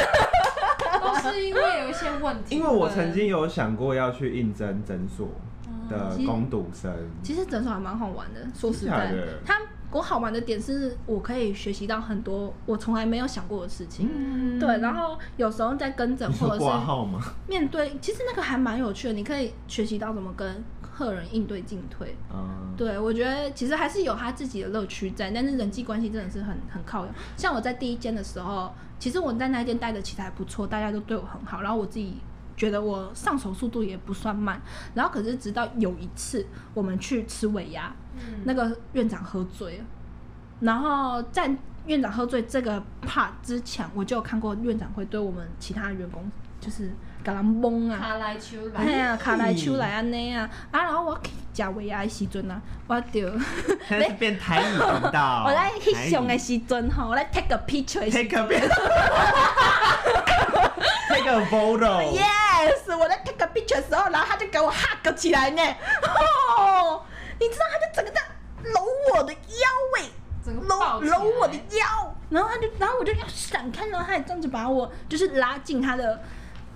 Speaker 3: 都是因为有一些问题。
Speaker 1: 因为我曾经有想过要去应征诊所
Speaker 2: 嗯
Speaker 1: 的攻读生，
Speaker 2: 其实诊所还蛮好玩的，说实
Speaker 1: 真假
Speaker 2: 在
Speaker 1: 的，
Speaker 2: 它我好玩的点是我可以学习到很多我从来没有想过的事情。
Speaker 3: 嗯
Speaker 2: 对，然后有时候在跟诊
Speaker 1: 你
Speaker 2: 或
Speaker 1: 说
Speaker 2: 者是
Speaker 1: 挂号吗？
Speaker 2: 面对，其实那个还蛮有趣的，你可以学习到怎么跟客人应对进退。
Speaker 1: 嗯，
Speaker 2: 对，我觉得其实还是有他自己的乐趣在，但是人际关系真的是很很靠用。像我在第一间的时候，其实我在那间待的其实还不错，大家都对我很好，然后我自己觉得我上手速度也不算慢。然后可是直到有一次我们去吃尾牙，
Speaker 3: 嗯
Speaker 2: 那个院长喝醉了，然后在院长喝醉这个 part 之前，我就有看过院长会对我们其他员工就是嘎啷懵啊，
Speaker 3: 卡来秋
Speaker 2: 哎
Speaker 3: 来，
Speaker 2: 呀，卡来手来安尼啊，啊，然后我食尾牙的时阵啊，我着
Speaker 3: 哦
Speaker 1: 现在是变台语频道。
Speaker 2: 我来翕相
Speaker 1: 台
Speaker 2: 的
Speaker 1: 语
Speaker 2: 时阵吼，我来 take a picture 的时
Speaker 1: ，take a picture，take a
Speaker 2: Oh,
Speaker 1: photo。
Speaker 2: Yes，我在 take a picture 的时候，然后他就给我 hug 起来呢。哦，你知道他就整个在搂我的腰喂、
Speaker 3: 整个
Speaker 2: 搂
Speaker 3: 抱起来
Speaker 2: 搂我的腰，然后他就，然后我就要闪开，然后他也这样子把我就是拉进他的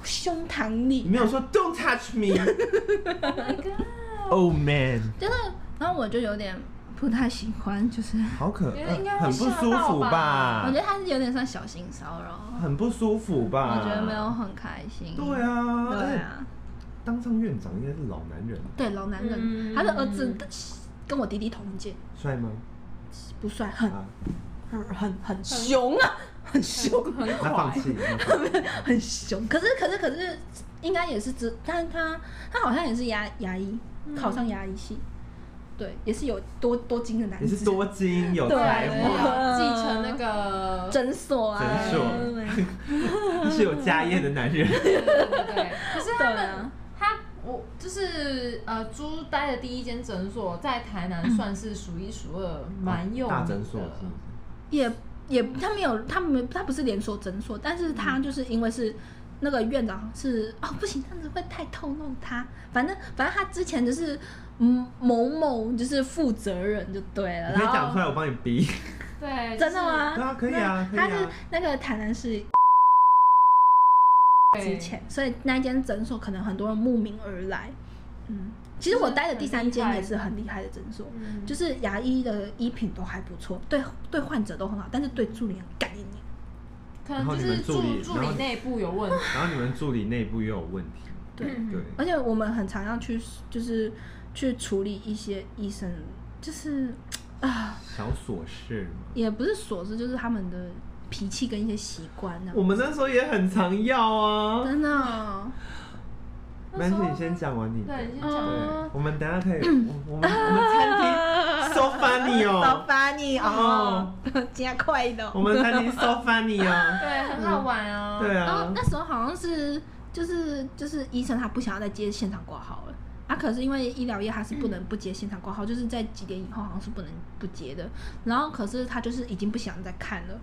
Speaker 2: 胸膛
Speaker 1: 你
Speaker 2: 里，
Speaker 1: 没有说 Don't touch me，Oh
Speaker 2: Oh,
Speaker 1: man，
Speaker 3: ，My God，
Speaker 2: 就是，然后我就有点不太喜欢，就是
Speaker 3: 啊
Speaker 1: 好可呃
Speaker 3: 觉得应该会
Speaker 1: 很不舒
Speaker 3: 吓到
Speaker 1: 服
Speaker 3: 吧
Speaker 2: 我
Speaker 1: 吧
Speaker 2: 觉？得他是有点算小型骚扰，
Speaker 1: 很不舒服吧？
Speaker 2: 我觉得没有。很开心。
Speaker 1: 对，啊，
Speaker 2: 对啊，
Speaker 1: 当上院长应该是老男人，
Speaker 2: 对老男人，
Speaker 3: 嗯
Speaker 2: 他的儿子的跟我弟弟同一届，
Speaker 1: 帅吗？
Speaker 2: 不帅，很
Speaker 1: 啊，
Speaker 2: 很很很熊啊，很熊，
Speaker 3: 很
Speaker 1: 那放
Speaker 3: 快，
Speaker 1: 弃，那放弃
Speaker 2: 很熊。可是可是可是，应该也是只，但他他好像也是牙牙医，
Speaker 3: 嗯
Speaker 2: 考上牙医系，对，也是有多多金的男
Speaker 1: 你
Speaker 2: 子，
Speaker 1: 是多金有
Speaker 2: 对嗯
Speaker 1: 才
Speaker 3: 对，
Speaker 1: 华，
Speaker 3: 要继承那个，
Speaker 2: 诊所啊，
Speaker 1: 诊所
Speaker 2: 对
Speaker 1: 你是有家业的 男人。
Speaker 3: 对对对，可是他
Speaker 2: 对
Speaker 3: 们
Speaker 2: 啊。
Speaker 3: 他我就是呃，猪待的第一间诊所在台南
Speaker 2: 嗯
Speaker 3: 算是数一数二，蛮有名的。
Speaker 1: 大诊所是不是？
Speaker 2: 也也他没有，他没他不是连锁诊所，但
Speaker 1: 嗯
Speaker 2: 是他就是因为是那个院长是哦不行，这样子会太透露他，反正反正他之前就是嗯某某就是负责人就对了，
Speaker 1: 你可以
Speaker 2: 然后
Speaker 1: 讲出来，我帮你逼。
Speaker 3: 对，
Speaker 2: 真的？吗？
Speaker 1: 对啊可以啊
Speaker 2: 那
Speaker 1: 可以
Speaker 2: 他
Speaker 1: 啊
Speaker 2: 是那个台南市之
Speaker 3: 对，
Speaker 2: 前，所以那间诊所可能很多人慕名而来。嗯，其实我待的第三间也是很厉害的诊所，
Speaker 3: 嗯
Speaker 2: 就是牙医的医品都还不错，对对患者都很好，但是对助理很干一点。
Speaker 3: 可能就是助
Speaker 1: 然后你们助理
Speaker 3: 助理内部有问题，
Speaker 1: 然后你们助理内部又有问题，
Speaker 2: 对
Speaker 3: 嗯
Speaker 1: 对，
Speaker 2: 而且我们很常要去，就是去处理一些医生，就是啊，
Speaker 1: 小琐事嘛。
Speaker 2: 也不是琐事，就是他们的脾气跟一些习惯呢
Speaker 1: 我。们那时候也很常要啊。
Speaker 2: 真的哦、
Speaker 1: 没事，你先讲完你的。
Speaker 3: 对，你先
Speaker 2: 嗯
Speaker 3: 讲。
Speaker 1: 对，我们等一下可以，我我们我们 餐厅 so funny 哦，
Speaker 2: funny
Speaker 1: 哦，
Speaker 2: 加快的
Speaker 1: 我们餐厅 so funny 哦，
Speaker 3: 对，很好玩啊。
Speaker 1: 对
Speaker 2: 然后
Speaker 1: 啊
Speaker 2: 那，时候好像是就是就是医生他不想要再接现场挂号了。啊，可是因为医疗业他是不能不接现场挂号，就是在几点以后好像是不能不接的。然后可是他就是已经不想再看了。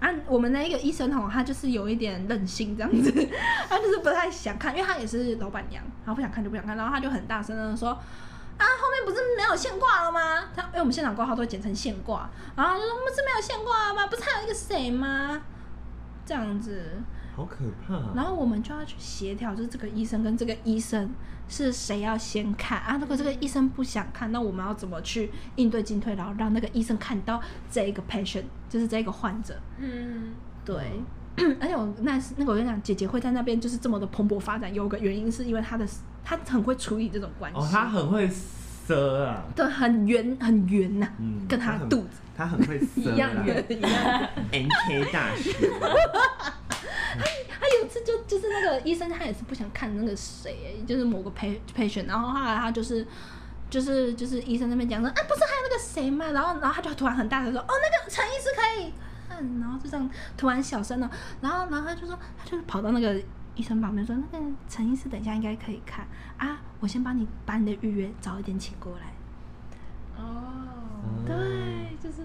Speaker 2: 啊，我们那一个医生吼，他就是有一点任性这样子， 他就是不太想看，因为他也是老板娘，然后不想看就不想看，然后他就很大声的说。啊，后面不是没有现挂了吗？他因为我们现场挂号都会简称现挂，然后他就说我们是没有现挂了吗？不是还有一个谁吗？这样子，
Speaker 1: 好可怕啊。
Speaker 2: 然后我们就要去协调，就是这个医生跟这个医生是谁要先看啊？如果这个医生不想看，那我们要怎么去应对进退，然后让那个医生看到这一个 patient，就是这一个患者。
Speaker 3: 嗯，
Speaker 2: 对，而且我那时那个我跟你讲，姐姐会在那边就是这么的蓬勃发展，有个原因是因为她的她很会处理这种关系，
Speaker 1: 哦，他很会塞啊，
Speaker 2: 对很圆很圆呐、
Speaker 1: 嗯，
Speaker 2: 跟她
Speaker 1: 很啊
Speaker 2: 肚子
Speaker 1: 他很会塞
Speaker 2: 一
Speaker 1: 啦
Speaker 2: 样圆一样。
Speaker 1: N K 大师，
Speaker 2: 他有一次就就是那个医生，他也是不想看那个谁，就是某个 pa- patient，然后后来他就是就是就是医生那边讲说，哎、不是还有那个谁吗？然后然后他就突然很大声说，哦，那个陈医师可以，嗯，然后就这样突然小声了，然后然后他就说，他就是跑到那个医生旁边说，那个陈医师等一下应该可以看啊，我先帮你把你的预约早一点请过来，
Speaker 3: 哦，
Speaker 1: 嗯
Speaker 2: 对，就是，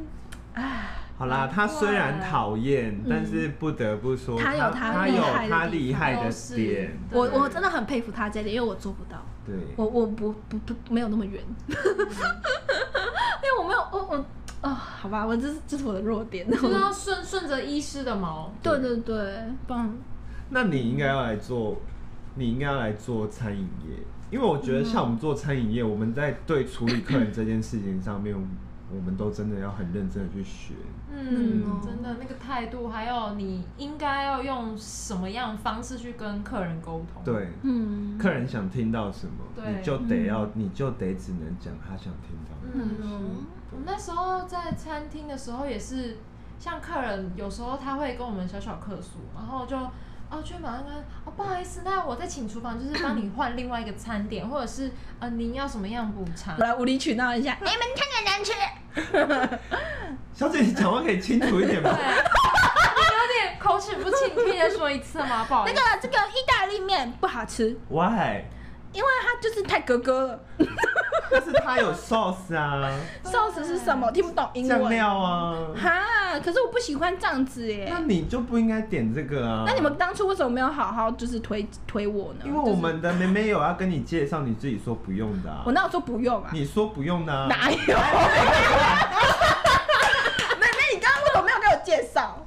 Speaker 2: 唉。
Speaker 1: 好啦，他虽然讨厌
Speaker 2: 嗯，
Speaker 1: 但是不得不说，
Speaker 2: 他有他
Speaker 1: 他
Speaker 2: 厉
Speaker 1: 有
Speaker 2: 害的
Speaker 1: 他
Speaker 2: 地方
Speaker 1: 厉害的
Speaker 3: 都是
Speaker 1: 点。
Speaker 2: 我
Speaker 3: 对
Speaker 2: 我真的很佩服他这一点，因为我做不到。
Speaker 1: 对，
Speaker 2: 我我不不不没有那么圆， 因为我没有我我哦，好吧，我这是这是我的弱点。
Speaker 3: 就是要顺顺着医师的毛。
Speaker 2: 对对对，不然
Speaker 1: 那你应该要来做，你应该要来做餐饮业，因为我觉得像我们做餐饮业，我们在对处理客人这件事情上面，我们都真的要很认真的去学。
Speaker 3: 嗯哦
Speaker 2: 嗯，
Speaker 3: 真的那个态度，还有你应该要用什么样的方式去跟客人沟通。，
Speaker 1: 对，
Speaker 2: 嗯，
Speaker 1: 客人想听到什么，
Speaker 3: 对
Speaker 1: 你就得要，你就得只能讲他想听到的。
Speaker 3: 嗯，我那时候在餐厅的时候也是，像客人有时候他会跟我们小小客诉，然后就哦就马上跟他哦不好意思，那我再请厨房就是帮你换另外一个餐点，或者是呃您要什么样补偿
Speaker 2: 我？来无理取闹一下，你们看起来难吃。
Speaker 1: 小姐，你讲话可以清楚一点
Speaker 3: 对，
Speaker 1: 吗？
Speaker 3: 你有点口齿不清，你可以再说一次吗？不好
Speaker 2: 那
Speaker 3: 意思，
Speaker 2: 个这个意大利面不好吃，
Speaker 1: Why？
Speaker 2: 因为它就是太格格了。
Speaker 1: 但是它有 sauce 啊，
Speaker 2: sauce 是什么？我听不懂 英
Speaker 1: 酱
Speaker 2: 文。
Speaker 1: 料啊，
Speaker 2: 哈，可是我不喜欢这样子耶
Speaker 1: 那。你就不应该点这个啊。
Speaker 2: 哎那你们当初为什么没有好好就是推推我呢？
Speaker 1: 因为我们的妹妹有要跟你介绍，你自己说不用的、啊
Speaker 2: 我。那我说不用啊，
Speaker 1: 你说不用的、啊，
Speaker 2: 哪有？ 妹妹，你刚刚为什么没有给我介绍？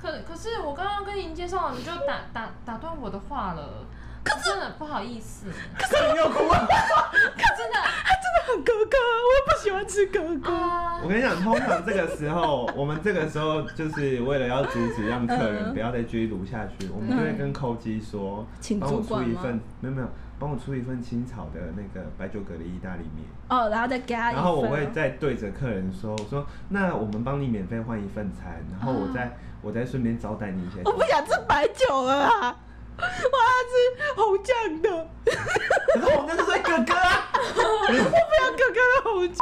Speaker 3: 可可是我刚刚跟您介绍了，你就打打打断我的话了。可是真的不好意思，
Speaker 1: 你又哭了。
Speaker 3: 真的
Speaker 2: 他真的很哥哥，我不喜欢吃哥哥。
Speaker 3: 啊
Speaker 1: 我，跟你讲，通常这个时候，我们这个时候就是为了要阻止让客
Speaker 2: 嗯
Speaker 1: 人不要再继续撸下去，我们就会跟扣机说
Speaker 2: 请，
Speaker 1: 帮我
Speaker 2: 主
Speaker 1: 出
Speaker 2: 管
Speaker 1: 一
Speaker 2: 吗
Speaker 1: 份，没有没有，帮我出一份清炒的那个白酒蛤蜊意大利面。
Speaker 2: 哦，然后再给他一
Speaker 1: 然
Speaker 2: 份。
Speaker 1: 后我会再对着客人说，我说那我们帮你免费换一份餐，然后我再、我再顺便招待你一些。
Speaker 2: 啊哦我不想吃白酒了啊，我要吃红酱的，
Speaker 1: 可是我那是在哥哥 啊，
Speaker 2: 我不要哥哥的红酱。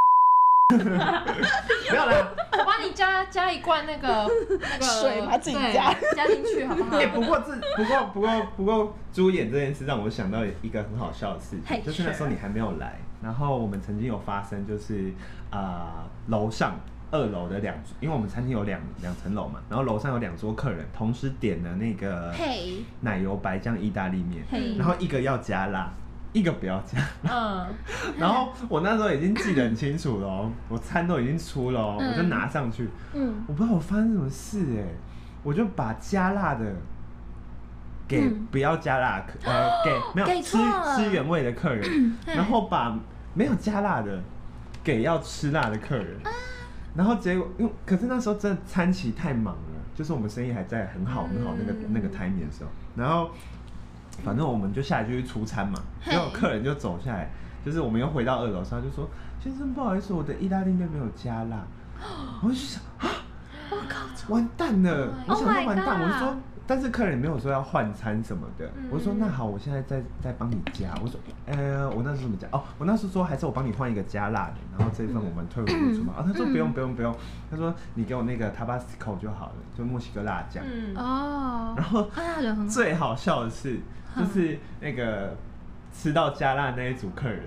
Speaker 1: 没有啦。
Speaker 3: 我帮你加加一罐那 个那个
Speaker 2: 水吧自己加
Speaker 3: 对加进去好不好
Speaker 1: 哎、？不过这不过不过不过猪眼这件事让我想到一个很好笑的事
Speaker 2: 嘿
Speaker 1: 情，就是那时候
Speaker 2: 是
Speaker 1: 你还没有来，然后我们曾经有发生，就是啊楼、上二楼的两，因为我们餐厅有两两层楼嘛，然后楼上有两桌客人同时点了那个
Speaker 2: 嘿，
Speaker 1: 奶油白酱意大利面
Speaker 2: 嘿，
Speaker 1: 然后一个要加辣，一个不要加。
Speaker 3: 嗯，
Speaker 1: 然后我那时候已经记得很清楚了哦，我餐都已经出了哦，
Speaker 2: 嗯
Speaker 1: 我就拿上去，
Speaker 2: 嗯，
Speaker 1: 我不知道我发生什么事哎、我就把加辣的给
Speaker 2: 嗯
Speaker 1: 不要加辣的客、 呃给没
Speaker 2: 给
Speaker 1: 有吃
Speaker 2: 错了嗯
Speaker 1: 吃原味的客人，然后把没有加辣的给要吃辣的客人，
Speaker 2: 啊
Speaker 1: 然后结果因为可是那时候真的餐期太忙了，就是我们生意还在很好很好那个、
Speaker 2: 嗯
Speaker 1: 那个 timing 的时候，然后反正我们就下来就去出餐嘛，
Speaker 2: 嘿
Speaker 1: 结果客人就走下来，就是我们又回到二楼上，就说先生不好意思，我的意大利面没有加辣，我就想啊，我靠，完蛋了，我
Speaker 2: Oh
Speaker 1: 想
Speaker 2: my
Speaker 1: 说完蛋，
Speaker 2: God
Speaker 1: 我就说。但是客人没有说要换餐什么的，
Speaker 3: 嗯
Speaker 1: 我就说那好，我现在再再帮你加。我说，呃，我那时候怎么加？哦，我那时候说还是我帮你换一个加辣的，然后这一份我们退回去厨房。啊，他说不用不用不用，他说你给我那个 Tabasco 就好了，就墨西哥辣酱。
Speaker 3: 嗯
Speaker 2: 哦，
Speaker 1: 然后
Speaker 2: 啊，人很好，
Speaker 1: 最好笑的是，就是那个吃到加辣那一组客人，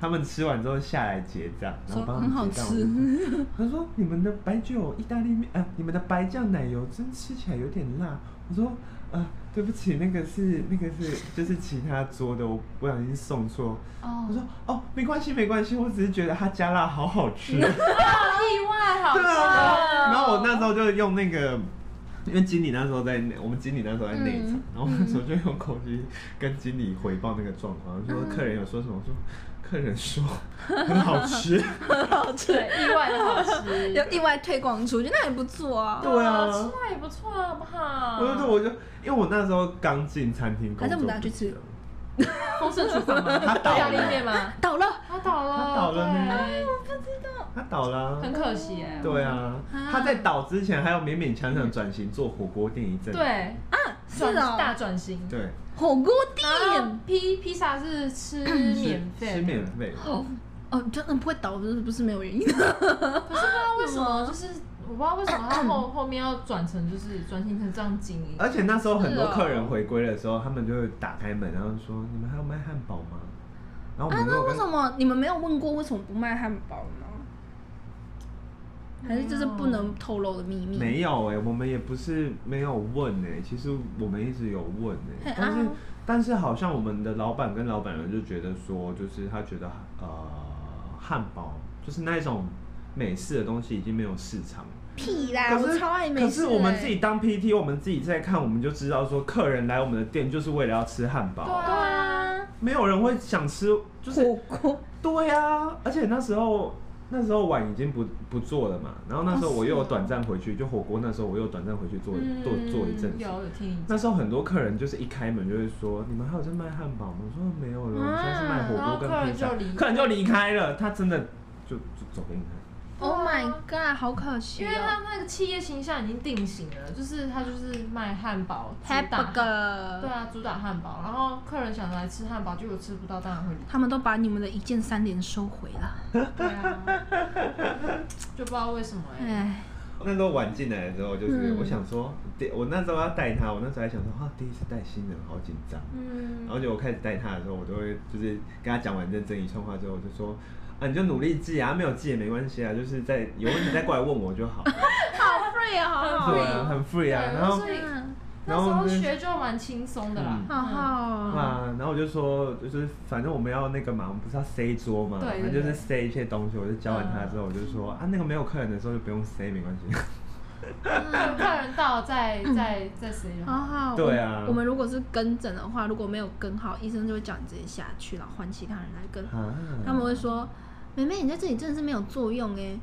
Speaker 1: 他们吃完之后下来结账，然后
Speaker 2: 说
Speaker 1: 帮
Speaker 2: 很
Speaker 1: 他
Speaker 2: 好
Speaker 1: 们结账。
Speaker 2: 吃
Speaker 1: 我就说他说：“你们的白酒意大利面，呃，你们的白酱奶油真吃起来有点辣。”我说：“呃，对不起，那个是那个是就是其他桌的，我不小心送错。”
Speaker 3: 嗯
Speaker 1: 我说：“哦，没关系没关系，我只是觉得它加辣好好吃。”
Speaker 3: 好意外，好
Speaker 1: 对啊，然后然
Speaker 3: 棒
Speaker 1: 后我那时候就用那个，因为经理那时候在内，我们经理那时候在内
Speaker 3: 嗯
Speaker 1: 场，然后我那时候就用口机跟经理回报那个状况，说客人有说什么，我说
Speaker 3: 嗯
Speaker 1: 客人说很好 吃，
Speaker 2: 很好吃，
Speaker 3: 对意外的好 吃，
Speaker 2: 有意外推广出去，那也不错啊。
Speaker 1: 对啊
Speaker 3: 吃辣也不错啊，好不好？
Speaker 1: 我就我就因为我那时候刚进餐厅工作，
Speaker 2: 还是我们等下去吃
Speaker 3: 丰盛厨房吗？
Speaker 1: 他倒了
Speaker 3: 意大利面吗？
Speaker 2: 倒了，
Speaker 3: 他倒了，
Speaker 1: 他倒了呢
Speaker 3: 对
Speaker 1: 他倒啦、
Speaker 3: 很可惜哎。
Speaker 1: 对啊，
Speaker 2: 啊
Speaker 1: 他在倒之前还有勉勉强强转型做火锅店一阵，
Speaker 3: 对，
Speaker 2: 是
Speaker 3: 转大
Speaker 2: 哦，啊
Speaker 3: 转型。
Speaker 1: 对，
Speaker 2: 火锅
Speaker 3: 然后
Speaker 2: 店。
Speaker 3: 披披萨是吃
Speaker 1: 吃
Speaker 3: 免费，
Speaker 1: 吃免费，
Speaker 2: 哦哦，真的不会倒，就是不是没有原因。
Speaker 3: 可是不知道啊为什么，就是我不知道为什么他 后后面要转成就是转型成这样经营。
Speaker 1: 而且那时候很多
Speaker 2: 是哦
Speaker 1: 客人回归的时候，他们就会打开门，然后说：“你们还有卖汉堡吗？”然后我
Speaker 2: 啊，
Speaker 1: 们就
Speaker 2: 那
Speaker 1: 哦有
Speaker 2: 为
Speaker 1: 跟
Speaker 2: 什么你们没有问过为什么不卖汉堡呢？还是这是不能透露的秘密？
Speaker 1: 没有哎、我们也不是没有问哎、其实我们一直有问哎、
Speaker 2: 嘿
Speaker 1: 但是、
Speaker 2: 啊
Speaker 1: 但是好像我们的老板跟老板娘就觉得说，就是他觉得呃汉堡就是那一种美式的东西已经没有市场了。
Speaker 2: 屁啦，
Speaker 1: 可
Speaker 2: 哎我
Speaker 1: 是
Speaker 2: 超爱美食、哎欸
Speaker 1: 可是我们自己，当 PT，我们自己在看，我们就知道说，客人来我们的店就是为了要吃汉堡，
Speaker 3: 对啊，
Speaker 1: 没有人会想吃就是
Speaker 2: 火锅
Speaker 1: 对啊，而且那时候那时候碗已经不不做了嘛，然后那时候我又有短暂回去，就火锅那时候我又短暂回去做、
Speaker 3: 嗯
Speaker 1: 做做一阵子
Speaker 3: 有。有听你讲。
Speaker 1: 那时候很多客人就是一开门就会说：“你们还有在卖汉堡吗？”我说：“没有了，我们现在是卖火
Speaker 3: 然后
Speaker 1: 锅
Speaker 3: 客
Speaker 1: 跟
Speaker 3: 人
Speaker 1: 披萨。
Speaker 3: 就离”
Speaker 1: 客人就离开了，他真的就就走给你看。
Speaker 2: ，Oh my god，好可惜、
Speaker 3: 因
Speaker 2: 哦。
Speaker 3: 为他那个企业形象已经定型了，就是他就是卖汉堡，主打
Speaker 2: hamburger，
Speaker 3: 对啊，主打汉堡，然后客人想来吃汉堡，结果吃不到，当然会离
Speaker 2: 他们都把你们的一键三连收回了。
Speaker 3: 开啊，就不知道为什么哎、
Speaker 2: 哎，
Speaker 1: 那时候晚进来的时候，就是
Speaker 2: 嗯
Speaker 1: 我想说，第我那时候要带他，我那时候还想说，啊，第一次带新人，好紧张。
Speaker 3: 嗯
Speaker 1: 然，后就我开始带他的时候，我都会就是跟他讲完认真一串话之后，我就说。啊，你就努力记啊，没有记也没关系啊，就是在有问题再过来问我就好了，
Speaker 2: 好 free 啊，好好
Speaker 1: 对
Speaker 2: 哦
Speaker 1: 啊，很 free 啊。
Speaker 3: 对
Speaker 1: 然后
Speaker 3: 所以
Speaker 2: 嗯
Speaker 3: 那
Speaker 1: 然后
Speaker 3: 时候
Speaker 1: 呢
Speaker 3: 学就蛮轻松的啦
Speaker 1: 嗯，
Speaker 2: 好好哦，
Speaker 1: 啊，然后我就说，就是反正我们要那个嘛，我们不是要塞桌嘛，
Speaker 3: 对对
Speaker 1: 反正就是
Speaker 3: 对
Speaker 1: 塞一些东西。我就教完他之后，我就说啊，那个没有客人的时候就不用塞，没关系。
Speaker 3: 嗯客人到再再再谁就
Speaker 2: 好
Speaker 3: 好。
Speaker 2: 好。
Speaker 1: 对啊
Speaker 2: 我们如果是跟诊的话，如果没有跟好，医生就会叫你直接下去，然后换其他人来跟。
Speaker 1: 啊，
Speaker 2: 他们会说：“妹妹，你在这里真的是没有作用哎。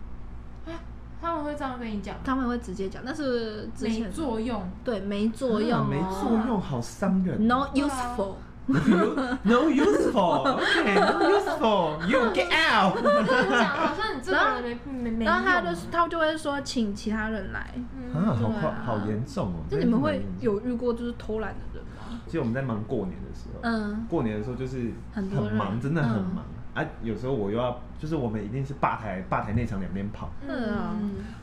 Speaker 1: 嗯
Speaker 3: 他们会这样跟你讲”，
Speaker 2: 他们会直接讲，但是之
Speaker 3: 没
Speaker 2: 前
Speaker 3: 作用，
Speaker 2: 对没作用、哦
Speaker 1: 啊没作用，好伤人。
Speaker 2: ，no
Speaker 3: 对啊
Speaker 2: useful。
Speaker 1: no useful, okay, no useful, you get out
Speaker 3: 讲好像你这个人没没没
Speaker 2: 然后他
Speaker 3: 用
Speaker 2: 就他就会说请其他人来。
Speaker 3: 嗯
Speaker 1: 啊，好
Speaker 2: 对
Speaker 1: 夸
Speaker 2: 啊
Speaker 1: 好严重哦。
Speaker 2: 就
Speaker 1: 真的
Speaker 2: 你
Speaker 1: 是
Speaker 2: 们
Speaker 1: 蛮
Speaker 2: 会
Speaker 1: 严重
Speaker 2: 有遇过就是偷懒的人吗？
Speaker 1: 其实我们在忙过年的时候，
Speaker 2: 嗯，
Speaker 1: 过年的时候就是
Speaker 2: 很多人
Speaker 1: 忙，真的很
Speaker 2: 嗯
Speaker 1: 忙。啊，有时候我又要，就是我们一定是吧台吧台内场两边跑，
Speaker 3: 嗯
Speaker 2: 对啊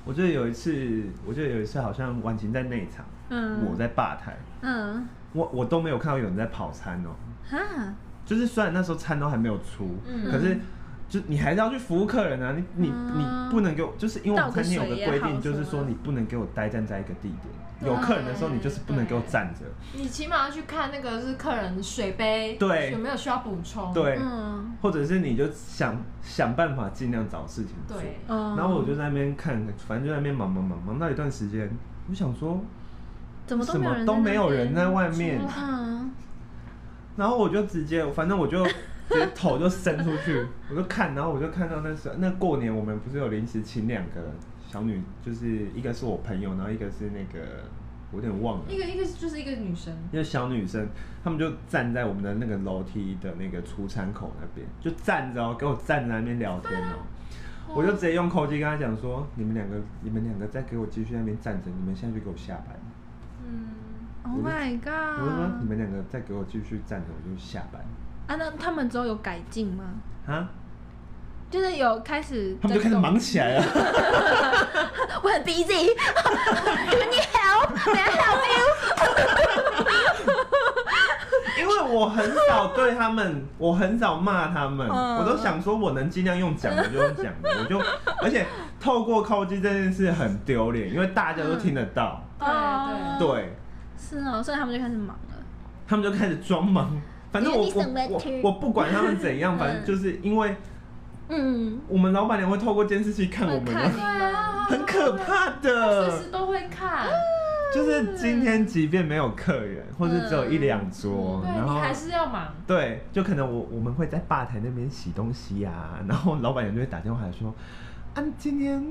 Speaker 1: 我记得有一次，我记得有一次好像婉晴在内场，
Speaker 2: 嗯
Speaker 1: 我在吧台，
Speaker 2: 嗯
Speaker 1: 我我都没有看到有人在跑餐哦、
Speaker 2: 哈，
Speaker 1: 就是虽然那时候餐都还没有出，
Speaker 3: 嗯
Speaker 1: 可是就你还是要去服务客人啊，你你、
Speaker 2: 嗯
Speaker 1: 你不能给我，就是因为我们餐厅有个规
Speaker 2: 倒个水也
Speaker 1: 定，
Speaker 2: 好
Speaker 1: 就是
Speaker 2: 什
Speaker 1: 说
Speaker 2: 么的
Speaker 1: 你不能给我待站在一个地点，有客人的时候你就是不能给我站着，
Speaker 3: 你起码要去看那个是客人的水杯
Speaker 1: 对
Speaker 3: 有没有需要补充，
Speaker 1: 对，
Speaker 2: 嗯
Speaker 1: 或者是你就想想办法尽量找事情做。
Speaker 3: 对，
Speaker 2: 嗯。
Speaker 1: 然后我就在那边看，反正就在那边忙忙忙忙到一段时间，我想说
Speaker 2: 怎么
Speaker 1: 什
Speaker 2: 都没有
Speaker 1: 么
Speaker 2: 人，
Speaker 1: 都没有人在。外面，
Speaker 2: 嗯，
Speaker 1: 然后我就直接，反正我就 直接头就伸出去，我就看，然后我就看到那时候那过年我们不是有临时请两个小女，就是一个是我朋友，然后一个是那个我有点忘了，
Speaker 3: 一个一个就是一个女生，
Speaker 1: 一个小女生，她们就站在我们的那个楼梯的那个出餐口那边，就站着哦，给我站在那边聊天
Speaker 3: 啊
Speaker 1: 哦。我就直接用口机跟她讲说：“你们两个，你们两个再给我继续在那边站着，你们现在就给我下班。
Speaker 3: 嗯，
Speaker 2: Oh my
Speaker 3: 啊
Speaker 1: 我就说：“你
Speaker 2: god！
Speaker 1: 们两个再给我继续站着，我就下班。
Speaker 2: 啊，那他们之后有改进吗？”
Speaker 1: 啊，
Speaker 2: 就是有开始，
Speaker 1: 他们就开始忙。起来了。
Speaker 2: 我很 busy，你们 need help，may I help you？
Speaker 1: 因为我很少对他们， 我很少骂他们，
Speaker 2: 嗯
Speaker 1: 我都想说我能尽量用讲的就用讲的，我就 而且透过扣机这件事很丢脸，因为大家都听得到，
Speaker 3: 对
Speaker 1: 对
Speaker 3: 对，
Speaker 2: 哦是哦，所以他们就开始忙了。
Speaker 1: 他们就开始装忙。反正我
Speaker 2: You need
Speaker 1: 我
Speaker 2: some
Speaker 1: 我
Speaker 2: water
Speaker 1: 我不管他们怎样，
Speaker 2: 嗯
Speaker 1: 反正就是因为
Speaker 2: 嗯，
Speaker 1: 我们老板娘会透过监视器看我们
Speaker 2: 会看
Speaker 1: 啊，
Speaker 3: 对啊，
Speaker 1: 很可怕哦的
Speaker 3: 随。时都会看，
Speaker 1: 就是今天即便没有客人，或者只有一两桌，
Speaker 3: 对
Speaker 1: 然
Speaker 3: 你
Speaker 1: 后
Speaker 3: 还是要忙，
Speaker 1: 对，就可能我我们会在吧台那边洗东西呀、然后老板娘就会打电话来说，啊，今天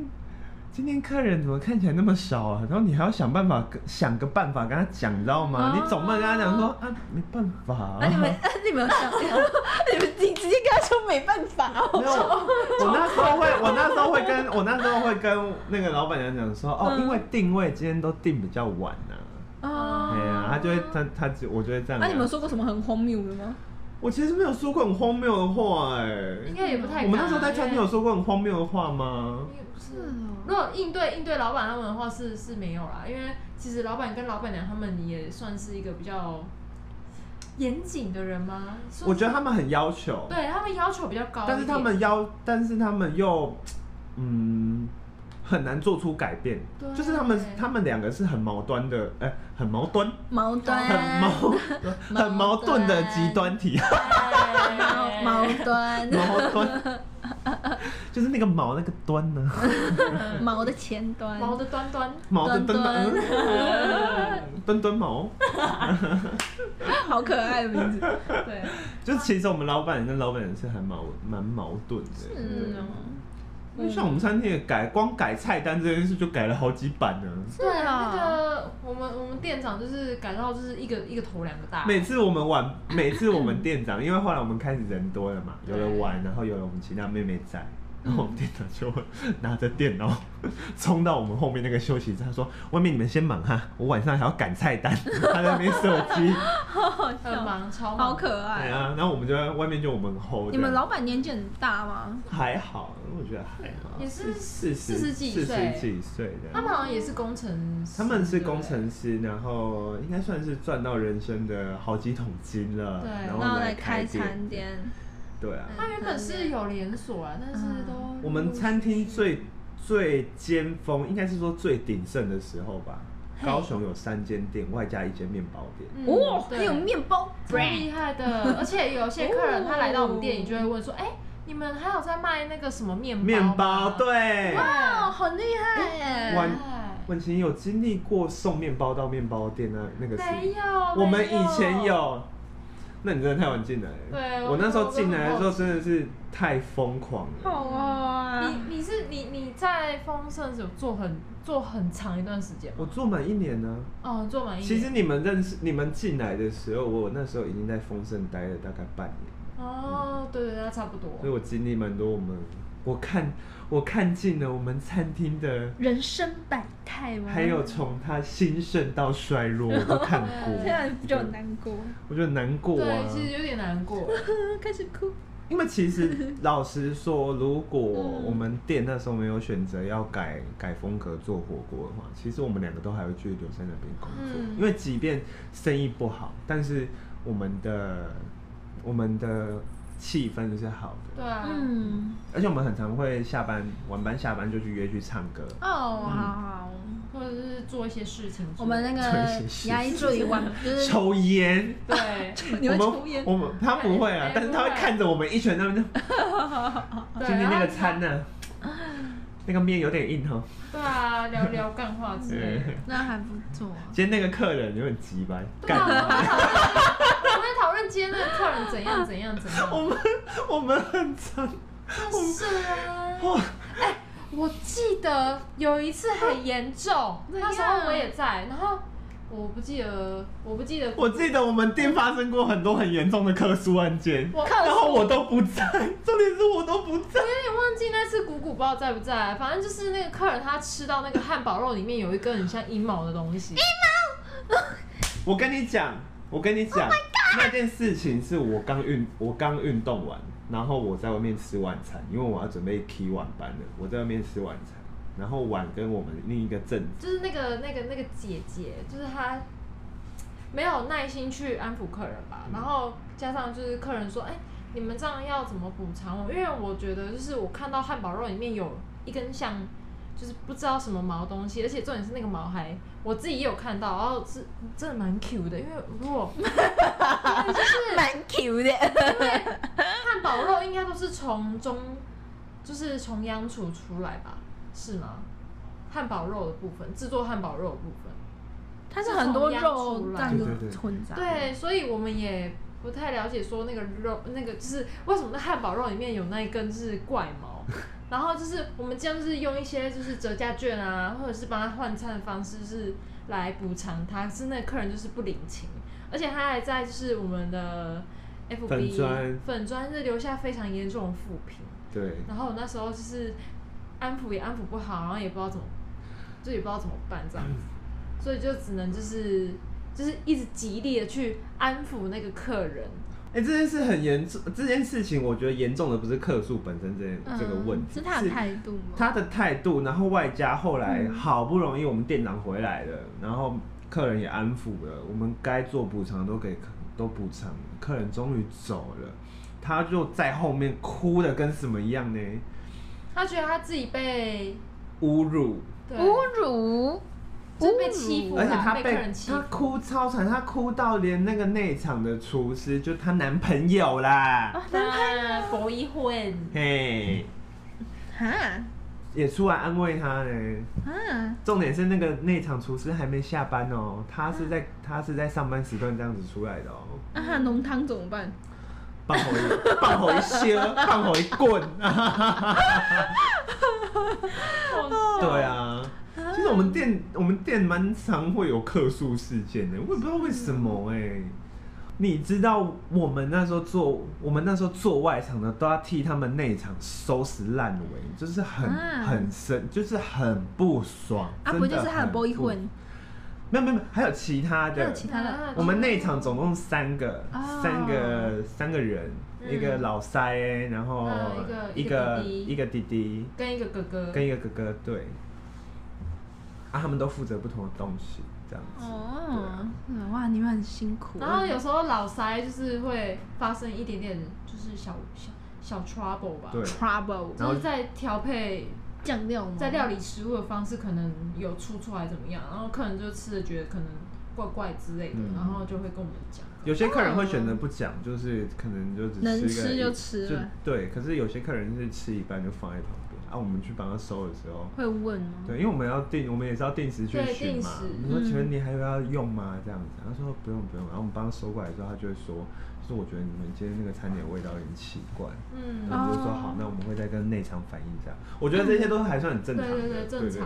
Speaker 1: 今天客人怎么看起来那么少啊？然后你还要想办法跟想个办法跟他讲，你知道吗？
Speaker 2: 哦
Speaker 1: 你总不能跟他讲说啊，没办法、啊
Speaker 2: 那、你们，那、 你们有想，你们你直接跟他说没办法
Speaker 1: 没
Speaker 2: 哦。
Speaker 1: 有，我那时候会，我那时候会跟我那时候会跟那个老板娘讲说，哦，
Speaker 2: 嗯
Speaker 1: 因为定位今天都定比较晚呐、
Speaker 2: 哦
Speaker 1: 哎呀，他就会他他就我就会这样。
Speaker 2: 那、你们有，说过什么很荒谬的吗？
Speaker 1: 我其实没有说过很荒谬的话哎、
Speaker 3: 应该也不太敢。
Speaker 1: 我们那时候在餐厅有
Speaker 3: 因为
Speaker 1: 说过很荒谬的话吗？
Speaker 3: 是。
Speaker 2: 嗯
Speaker 3: 如果应对应对老板他们的话是是没有啦，因为其实老板跟老板娘他们也算是一个比较严谨的人吗？说
Speaker 1: 我觉得他们很要求，
Speaker 3: 对啊他们要求比较高一点，
Speaker 1: 但是他们要，但是他们又，嗯，很难做出改变。
Speaker 3: 对
Speaker 1: 就是他们他们两个是很矛盾的，哎、很矛盾，
Speaker 2: 矛盾，
Speaker 1: 很矛很矛盾的极端体，
Speaker 2: 矛矛 盾，
Speaker 1: 矛盾，就是那个矛那个端呢，
Speaker 2: 矛的前端，
Speaker 3: 毛的端端，
Speaker 1: 矛的
Speaker 2: 端
Speaker 1: 端
Speaker 2: 端
Speaker 1: 端，嗯端端矛。
Speaker 2: 好可爱的名字。
Speaker 3: 对，
Speaker 1: 就其实我们老板跟老板娘是很矛蛮矛盾的，
Speaker 2: 嗯
Speaker 1: 对。因为像我们餐厅也改，光改菜单这件事就改了好几版呢。
Speaker 2: 对啊
Speaker 3: 那个我们我们店长就是改到就是一个一个头两个大，
Speaker 1: 每次我们 晚，每次我们店长，因为后来我们开始人多了嘛，
Speaker 3: 对嗯
Speaker 1: 有了玩，然后有了我们其他妹妹在，然后我们店长就拿着电脑 冲到我们后面那个休息站，说：“外面你们先忙哈，我晚上还要赶菜 单。”他在那边手机，
Speaker 3: 很忙，超
Speaker 2: 啊
Speaker 3: 忙。
Speaker 2: 好可爱
Speaker 1: 对
Speaker 2: 啊。
Speaker 1: 啊，然后我们就在外面就我们吼。
Speaker 2: 你们老板年纪很大吗？
Speaker 1: 还好，我觉得还好，
Speaker 3: 也是
Speaker 1: 四
Speaker 3: 四十几
Speaker 1: 四
Speaker 3: 岁
Speaker 1: 十几岁的。
Speaker 3: 他们好像也是工程师，
Speaker 1: 他们是工
Speaker 3: 对
Speaker 1: 程师，然后应该算是赚到人生的好几桶金了，
Speaker 3: 对
Speaker 1: 然
Speaker 2: 然后
Speaker 1: 来
Speaker 2: 来开
Speaker 1: 店，
Speaker 2: 餐店，
Speaker 1: 对啊
Speaker 3: 不对。，他原本是有连锁啊，但是都
Speaker 1: 嗯我们餐厅最最尖峰，应该是说最鼎盛的时候吧。
Speaker 2: 嘿
Speaker 1: 高雄有三间店，外加一间面包店。
Speaker 3: 嗯
Speaker 2: 哦，
Speaker 3: 对
Speaker 2: 还有面包
Speaker 3: 超厉害的，而且有些客人他来到我们店
Speaker 2: 哦
Speaker 3: 里就会问说，哎，你们还有在卖那个什么面包吗？
Speaker 1: 面包对，
Speaker 2: 哇，很厉害耶！
Speaker 1: 完
Speaker 3: 哎
Speaker 1: 文琴有经历过送面包到面包店那那个时
Speaker 3: 没有，
Speaker 1: 我们
Speaker 3: 没
Speaker 1: 以前。有。那你真的太晚进来了。
Speaker 3: 对
Speaker 1: 我那时
Speaker 3: 我
Speaker 1: 候
Speaker 3: 真
Speaker 1: 进
Speaker 3: 的
Speaker 1: 来的时候
Speaker 3: 很
Speaker 1: 真的是太疯狂了。
Speaker 2: 好啊，
Speaker 3: 你你是你你在丰盛有做很做很长一段时间吗？
Speaker 1: 我做满一年呢、
Speaker 3: 哦，做满一年。
Speaker 1: 其实你们认识、你们进来的时候，我那时候已经在丰盛待了大概半年，
Speaker 3: 哦，对对，对差不
Speaker 1: 所以
Speaker 3: 多。
Speaker 1: 我经历蛮多。我们我看我看尽了我们餐厅的，
Speaker 2: 人生百态吗？
Speaker 1: 还有从它兴盛到衰弱，我都看
Speaker 2: 现
Speaker 1: 过。
Speaker 2: 在不就很难过，
Speaker 1: 我觉得难过啊
Speaker 3: 对，，其实有点难 过。
Speaker 2: 开始哭。
Speaker 1: 因为其 实老实说，如果
Speaker 2: 嗯
Speaker 1: 我们店那时候没有选择要改改风格做火锅的话，其实我们两个都还会继续留在那边工作。
Speaker 3: 嗯
Speaker 1: 因为即便生意不好，但是我们的我们的气氛是好的，
Speaker 3: 对啊，
Speaker 2: 嗯，
Speaker 1: 而且我们很常会下班晚班下班就去约去唱歌。
Speaker 3: 啊
Speaker 2: 哦，好好。
Speaker 3: 或者是做一些事情之类的。
Speaker 2: 我们那
Speaker 1: 做
Speaker 2: 个
Speaker 1: 一些事
Speaker 2: 牙医助理晚就是
Speaker 1: 抽烟，
Speaker 3: 对
Speaker 2: 你会
Speaker 1: 我
Speaker 2: 抽
Speaker 1: 们
Speaker 2: 烟
Speaker 1: 我们他不会啊
Speaker 3: 哎，
Speaker 1: 但是他会
Speaker 3: 不会
Speaker 1: 看着我们一群人那边就，
Speaker 3: 对
Speaker 1: 今天那个
Speaker 3: 然后啊
Speaker 1: 餐呢、那个面有点硬哦。
Speaker 3: 对啊，聊聊干话之类的。
Speaker 2: 那还不错。
Speaker 1: 今天那个客人有点急吧？
Speaker 3: 对
Speaker 1: 干
Speaker 3: 啊，我们
Speaker 1: 嘛？
Speaker 3: 讨论，我们讨论今天那个客人怎样怎样怎 样。
Speaker 1: 我们我们很常
Speaker 3: 是啊，
Speaker 1: 哇，
Speaker 3: 我记得有一次很严重，
Speaker 2: 怎
Speaker 3: 那时
Speaker 2: 样
Speaker 3: 候我也在，然后我不记得，我不记得，
Speaker 1: 我记得我们店发生过很多很严重的客诉案件，
Speaker 3: 我
Speaker 1: 然后我都不在，重点是我都不在
Speaker 3: 我。有点忘记那次谷谷不知道在不在，反正就是那个客人他吃到那个汉堡肉里面有一根很像阴毛的东西，
Speaker 1: 我跟你讲，我跟你
Speaker 2: Oh
Speaker 1: 讲那件事情是我刚运我刚运动完，然后我在外面吃晚餐，因为我要准备 K 晚班了，我在外面吃晚餐，然后晚跟我们另一个正
Speaker 3: 就是那个那个那个姐姐，就是她没有耐心去安抚客人吧，然后加上就是客人说，哎、你们这样要怎么补偿我？因为我觉得就是我看到汉堡肉里面有一根像。就是不知道什么毛东西，而且重点是那个毛还我自己也有看到，然后是真的蛮 Q 的，因为如果对就是
Speaker 2: 蛮 Q 的，
Speaker 3: 汉堡肉应该都是从中，就是从央厨出来吧？是吗？汉堡肉的部分，制作汉堡肉的部分。
Speaker 2: 它是很多肉蛋都混杂。
Speaker 3: 对，所以我们也不太了解说那个肉，那个就是为什么那汉堡肉里面有那一根就是怪毛。然后就是我们这样就是用一些就是折价券啊，或者是帮他换餐的方式，就是来补偿他。是那个客人就是不领情，而且他还在就是我们的 FB
Speaker 1: 粉专
Speaker 3: 粉专是留下非常严重的负评。
Speaker 1: 对。
Speaker 3: 然后我那时候就是安抚也安抚不好，然后也不知道怎么，就也不知道怎么办这样子，
Speaker 1: 嗯
Speaker 3: 所以就只能就是就是一直极力的去安抚那个客人。
Speaker 1: 哎、这件事很严重，这件事情我觉得严重的不是客诉本身这、
Speaker 2: 음.
Speaker 1: 这
Speaker 3: 嗯
Speaker 1: 个问题，
Speaker 2: 是他的态度吗？
Speaker 1: 他的态度，然后外加后来
Speaker 3: 嗯
Speaker 1: 好不容易我们店长回来了，然后客人也安抚了，我们该做补偿都给客都补偿了，客人终于走了，他就在后面哭的跟什么一样呢？
Speaker 3: 他觉得他自己被
Speaker 1: 侮辱，
Speaker 3: 对，
Speaker 2: 侮辱，
Speaker 3: 就是被欺负
Speaker 1: 而且
Speaker 3: 啦
Speaker 1: 他
Speaker 3: 被客人欺负
Speaker 1: 他哭超惨，他哭到连那个内场的厨师就她男朋友
Speaker 2: 아,
Speaker 1: 啦，
Speaker 3: 那佛一混，
Speaker 1: 嘿，
Speaker 2: 哈
Speaker 1: 也出来安慰他呢。
Speaker 2: 哈，
Speaker 1: 重点是那个内场厨师还没下班哦，他是在他是在上班时段这样子出来的哦，
Speaker 2: 那他的浓汤怎么办？
Speaker 1: 放火一放火一削，放火一棍， 对啊。其实我们店我们店蛮常会有客诉事件的，我也不知道为什么哎、你知道我们那时候做，我们那时候做外场的都要替他们内场收拾烂尾，就是很、
Speaker 2: 啊
Speaker 1: 很生，就是很不爽。
Speaker 2: 啊，
Speaker 1: 真
Speaker 2: 不
Speaker 1: 的
Speaker 2: 就是他
Speaker 1: 很
Speaker 2: 的 boy
Speaker 1: 不
Speaker 2: 混，
Speaker 1: 没有没有，没有还有其他
Speaker 2: 还有
Speaker 1: 的。
Speaker 2: 其他的
Speaker 3: 啊
Speaker 1: 我们内场总共三个，
Speaker 2: 哦
Speaker 1: 三个三个人，
Speaker 3: 嗯
Speaker 1: 一个老塞、然后
Speaker 3: 嗯一
Speaker 1: 一
Speaker 3: 个
Speaker 1: 个
Speaker 3: 一
Speaker 1: 一个弟弟，
Speaker 3: 跟一个哥哥，
Speaker 1: 跟一个哥哥，对。啊，他们都负责不同的东西，这样子。对
Speaker 2: 哦
Speaker 1: 啊，
Speaker 2: 嗯哇，你们很辛苦。
Speaker 3: 然后有时候老塞就是会发生一点点就是小小小 trouble 吧，
Speaker 1: 对
Speaker 2: trouble
Speaker 1: 然
Speaker 3: 就
Speaker 1: 后
Speaker 3: 是在调配
Speaker 2: 酱料吗？
Speaker 3: 在料理食物的方式可能有出错还怎么样，然后客人就吃了觉得可能怪怪之类的，
Speaker 1: 嗯
Speaker 3: 然后就会跟我们讲。
Speaker 1: 有些客人会选择不讲，就是可能就只吃
Speaker 2: 能
Speaker 1: 个
Speaker 2: 吃
Speaker 1: 一
Speaker 2: 就吃
Speaker 1: 就
Speaker 2: 了
Speaker 1: 对，可是有些客人是吃一半就放在旁边，啊，我们去帮他收的时候，
Speaker 2: 会问吗？
Speaker 1: 对，因为我们要定，我们也是要定时去
Speaker 3: 对
Speaker 1: 巡
Speaker 3: 定
Speaker 1: 嘛
Speaker 3: 时。
Speaker 1: 我们说，
Speaker 2: 嗯
Speaker 1: 请问你还有要用吗？这样子，他说不用不用。然后我们帮他收过来之后，他就会说，就是我觉得你们今天那个餐点味道有点奇怪。
Speaker 3: 嗯，
Speaker 1: 然后我们就说好，
Speaker 2: 哦
Speaker 1: 那我们会再跟内场反映这样。我觉得这些都还算很正常的，
Speaker 3: 对对对正常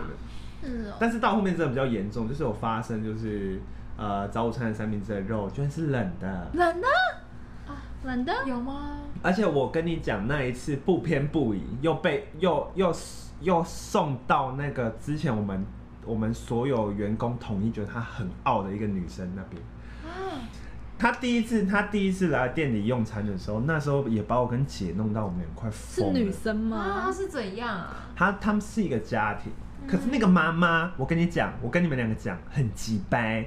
Speaker 2: 是哦，
Speaker 1: 但是到后面真的比较严重，就是有发生就是呃早午餐的三明治的肉居然是冷的，
Speaker 2: 冷的啊冷的，
Speaker 3: 有吗？
Speaker 1: 而且我跟你讲那一次不偏不倚，又被又又又送到那个之前我们我们所有员工统一觉得她很傲的一个女生那边。
Speaker 3: 啊，
Speaker 1: 她第一次，她第一次来店里用餐的时候，那时候也把我跟姐弄到我们俩快
Speaker 2: 是
Speaker 1: 疯了。
Speaker 2: 女生
Speaker 3: 那他
Speaker 2: 吗？
Speaker 3: 啊是怎样啊？
Speaker 1: 他他们是一个家庭，可是那个妈妈，我跟你讲，我跟你们两个讲，很鸡掰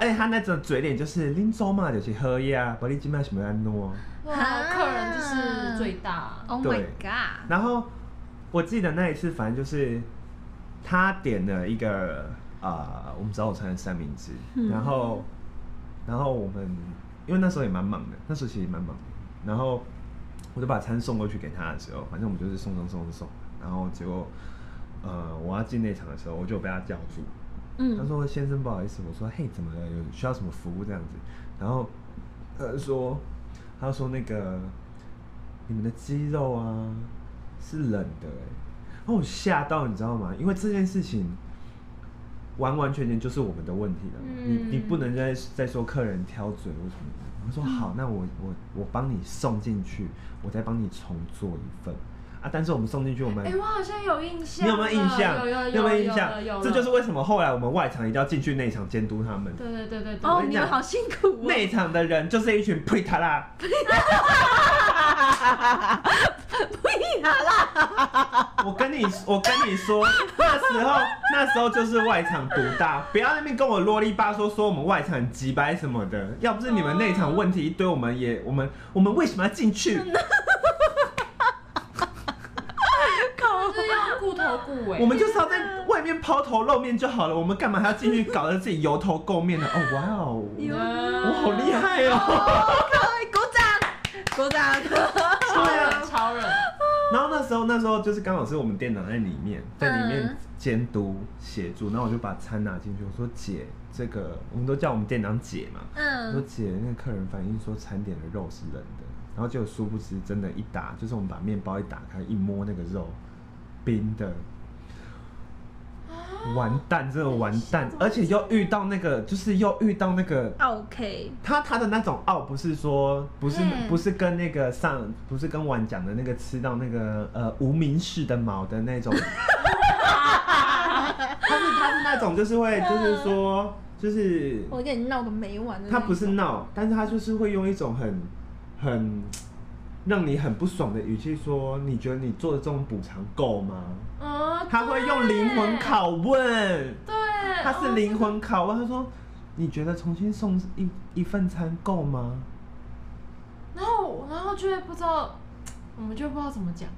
Speaker 1: 而且他那种嘴脸就是拎走嘛，就是喝呀，玻璃鸡嘛什么安诺。
Speaker 3: 哇，
Speaker 2: 啊
Speaker 3: 客人就是最大。啊
Speaker 2: Oh my
Speaker 1: 对
Speaker 2: god！
Speaker 1: 然后我记得那一次，反正就是他点了一个啊、呃我们早午餐的三明治，
Speaker 2: 嗯
Speaker 1: 然后然后我们因为那时候也蛮忙的，那时候其实蛮忙的，然后我就把餐送过去给他的时候，反正我们就是送送送送，然后结果呃我要进内场的时候，我就被他叫住，他
Speaker 2: 嗯，
Speaker 1: 说：“先生，不好意思。”我说：“嘿，怎么了？有需要什么服务这样子？”然后，呃，说，他说那个你们的鸡肉啊是冷的、欸，然后我吓到，你知道吗？因为这件事情完完全全就是我们的问题了，
Speaker 3: 嗯
Speaker 1: 你你不能再再说客人挑嘴或什么的。我说好，那我我我帮你送进去，我再帮你重做一份啊。但是我们送进去，我们
Speaker 3: 哎、我好像有印象
Speaker 1: 你
Speaker 3: 了，
Speaker 1: 有没有印象？
Speaker 3: 有有有
Speaker 1: 你有没有印象
Speaker 3: 有了有？了
Speaker 1: 这就是为什么后来我们外场一定要进去内场监督他们。
Speaker 3: 对对对对对。
Speaker 2: 哦，
Speaker 1: 跟你
Speaker 2: 你
Speaker 1: 讲
Speaker 2: 们好辛苦哦。
Speaker 1: 内场的人就是一群呸他啦，
Speaker 2: 屁啦啦，
Speaker 1: 我跟你我跟你说，那时候那时候就是外场独大，不要那边跟我啰里吧嗦说我们外场很鸡掰什么的，要不是你们内
Speaker 3: 哦
Speaker 1: 场问题一堆，我们也我们我们为什么要进去？
Speaker 3: 他就是要顾头顾尾。
Speaker 1: 我们就是要在外面抛头露面就好了，我们干嘛还要进去搞得自己油头垢面呢？哦，哇哦，我
Speaker 3: 我
Speaker 1: 好厉，害哦！
Speaker 2: 哎鼓掌，鼓掌。
Speaker 3: 超
Speaker 1: 啊
Speaker 3: 人超人，
Speaker 1: 然后那时候，那时候就是刚好是我们店长在里面，在里面
Speaker 2: 嗯
Speaker 1: 监督协助，然后我就把餐拿进去，我说姐，这个我们都叫我们店长姐嘛，我说
Speaker 2: 嗯，
Speaker 1: 姐，那个客人反映说餐点的肉是冷的，然后结果殊不知真的，一打就是我们把面包一打开，一摸那个肉，冰的，
Speaker 2: 啊
Speaker 1: 完蛋，真的完蛋，而且又遇到那个，就是又遇到那个
Speaker 2: OK，
Speaker 1: 他他的那种傲，不是说不是
Speaker 2: 嗯
Speaker 1: 不是跟那个上不是跟婉讲的那个吃到那个呃无名氏的毛的 那种，他是他是那种就是会就是说就是
Speaker 2: 嗯我跟你闹个没完的那种。
Speaker 1: 他不是闹，但是他就是会用一种很很让你很不爽的语气说，你觉得你做的这种补偿够吗？
Speaker 3: 嗯，
Speaker 1: 他会用灵魂
Speaker 3: 考，
Speaker 1: 拷问。
Speaker 3: 哦对，
Speaker 2: 啊
Speaker 1: 他是
Speaker 3: 哦
Speaker 1: 灵魂拷问，他说：“你觉得重新送一一份餐够吗
Speaker 3: 然后然后就会不知道，我们就不知道怎么讲，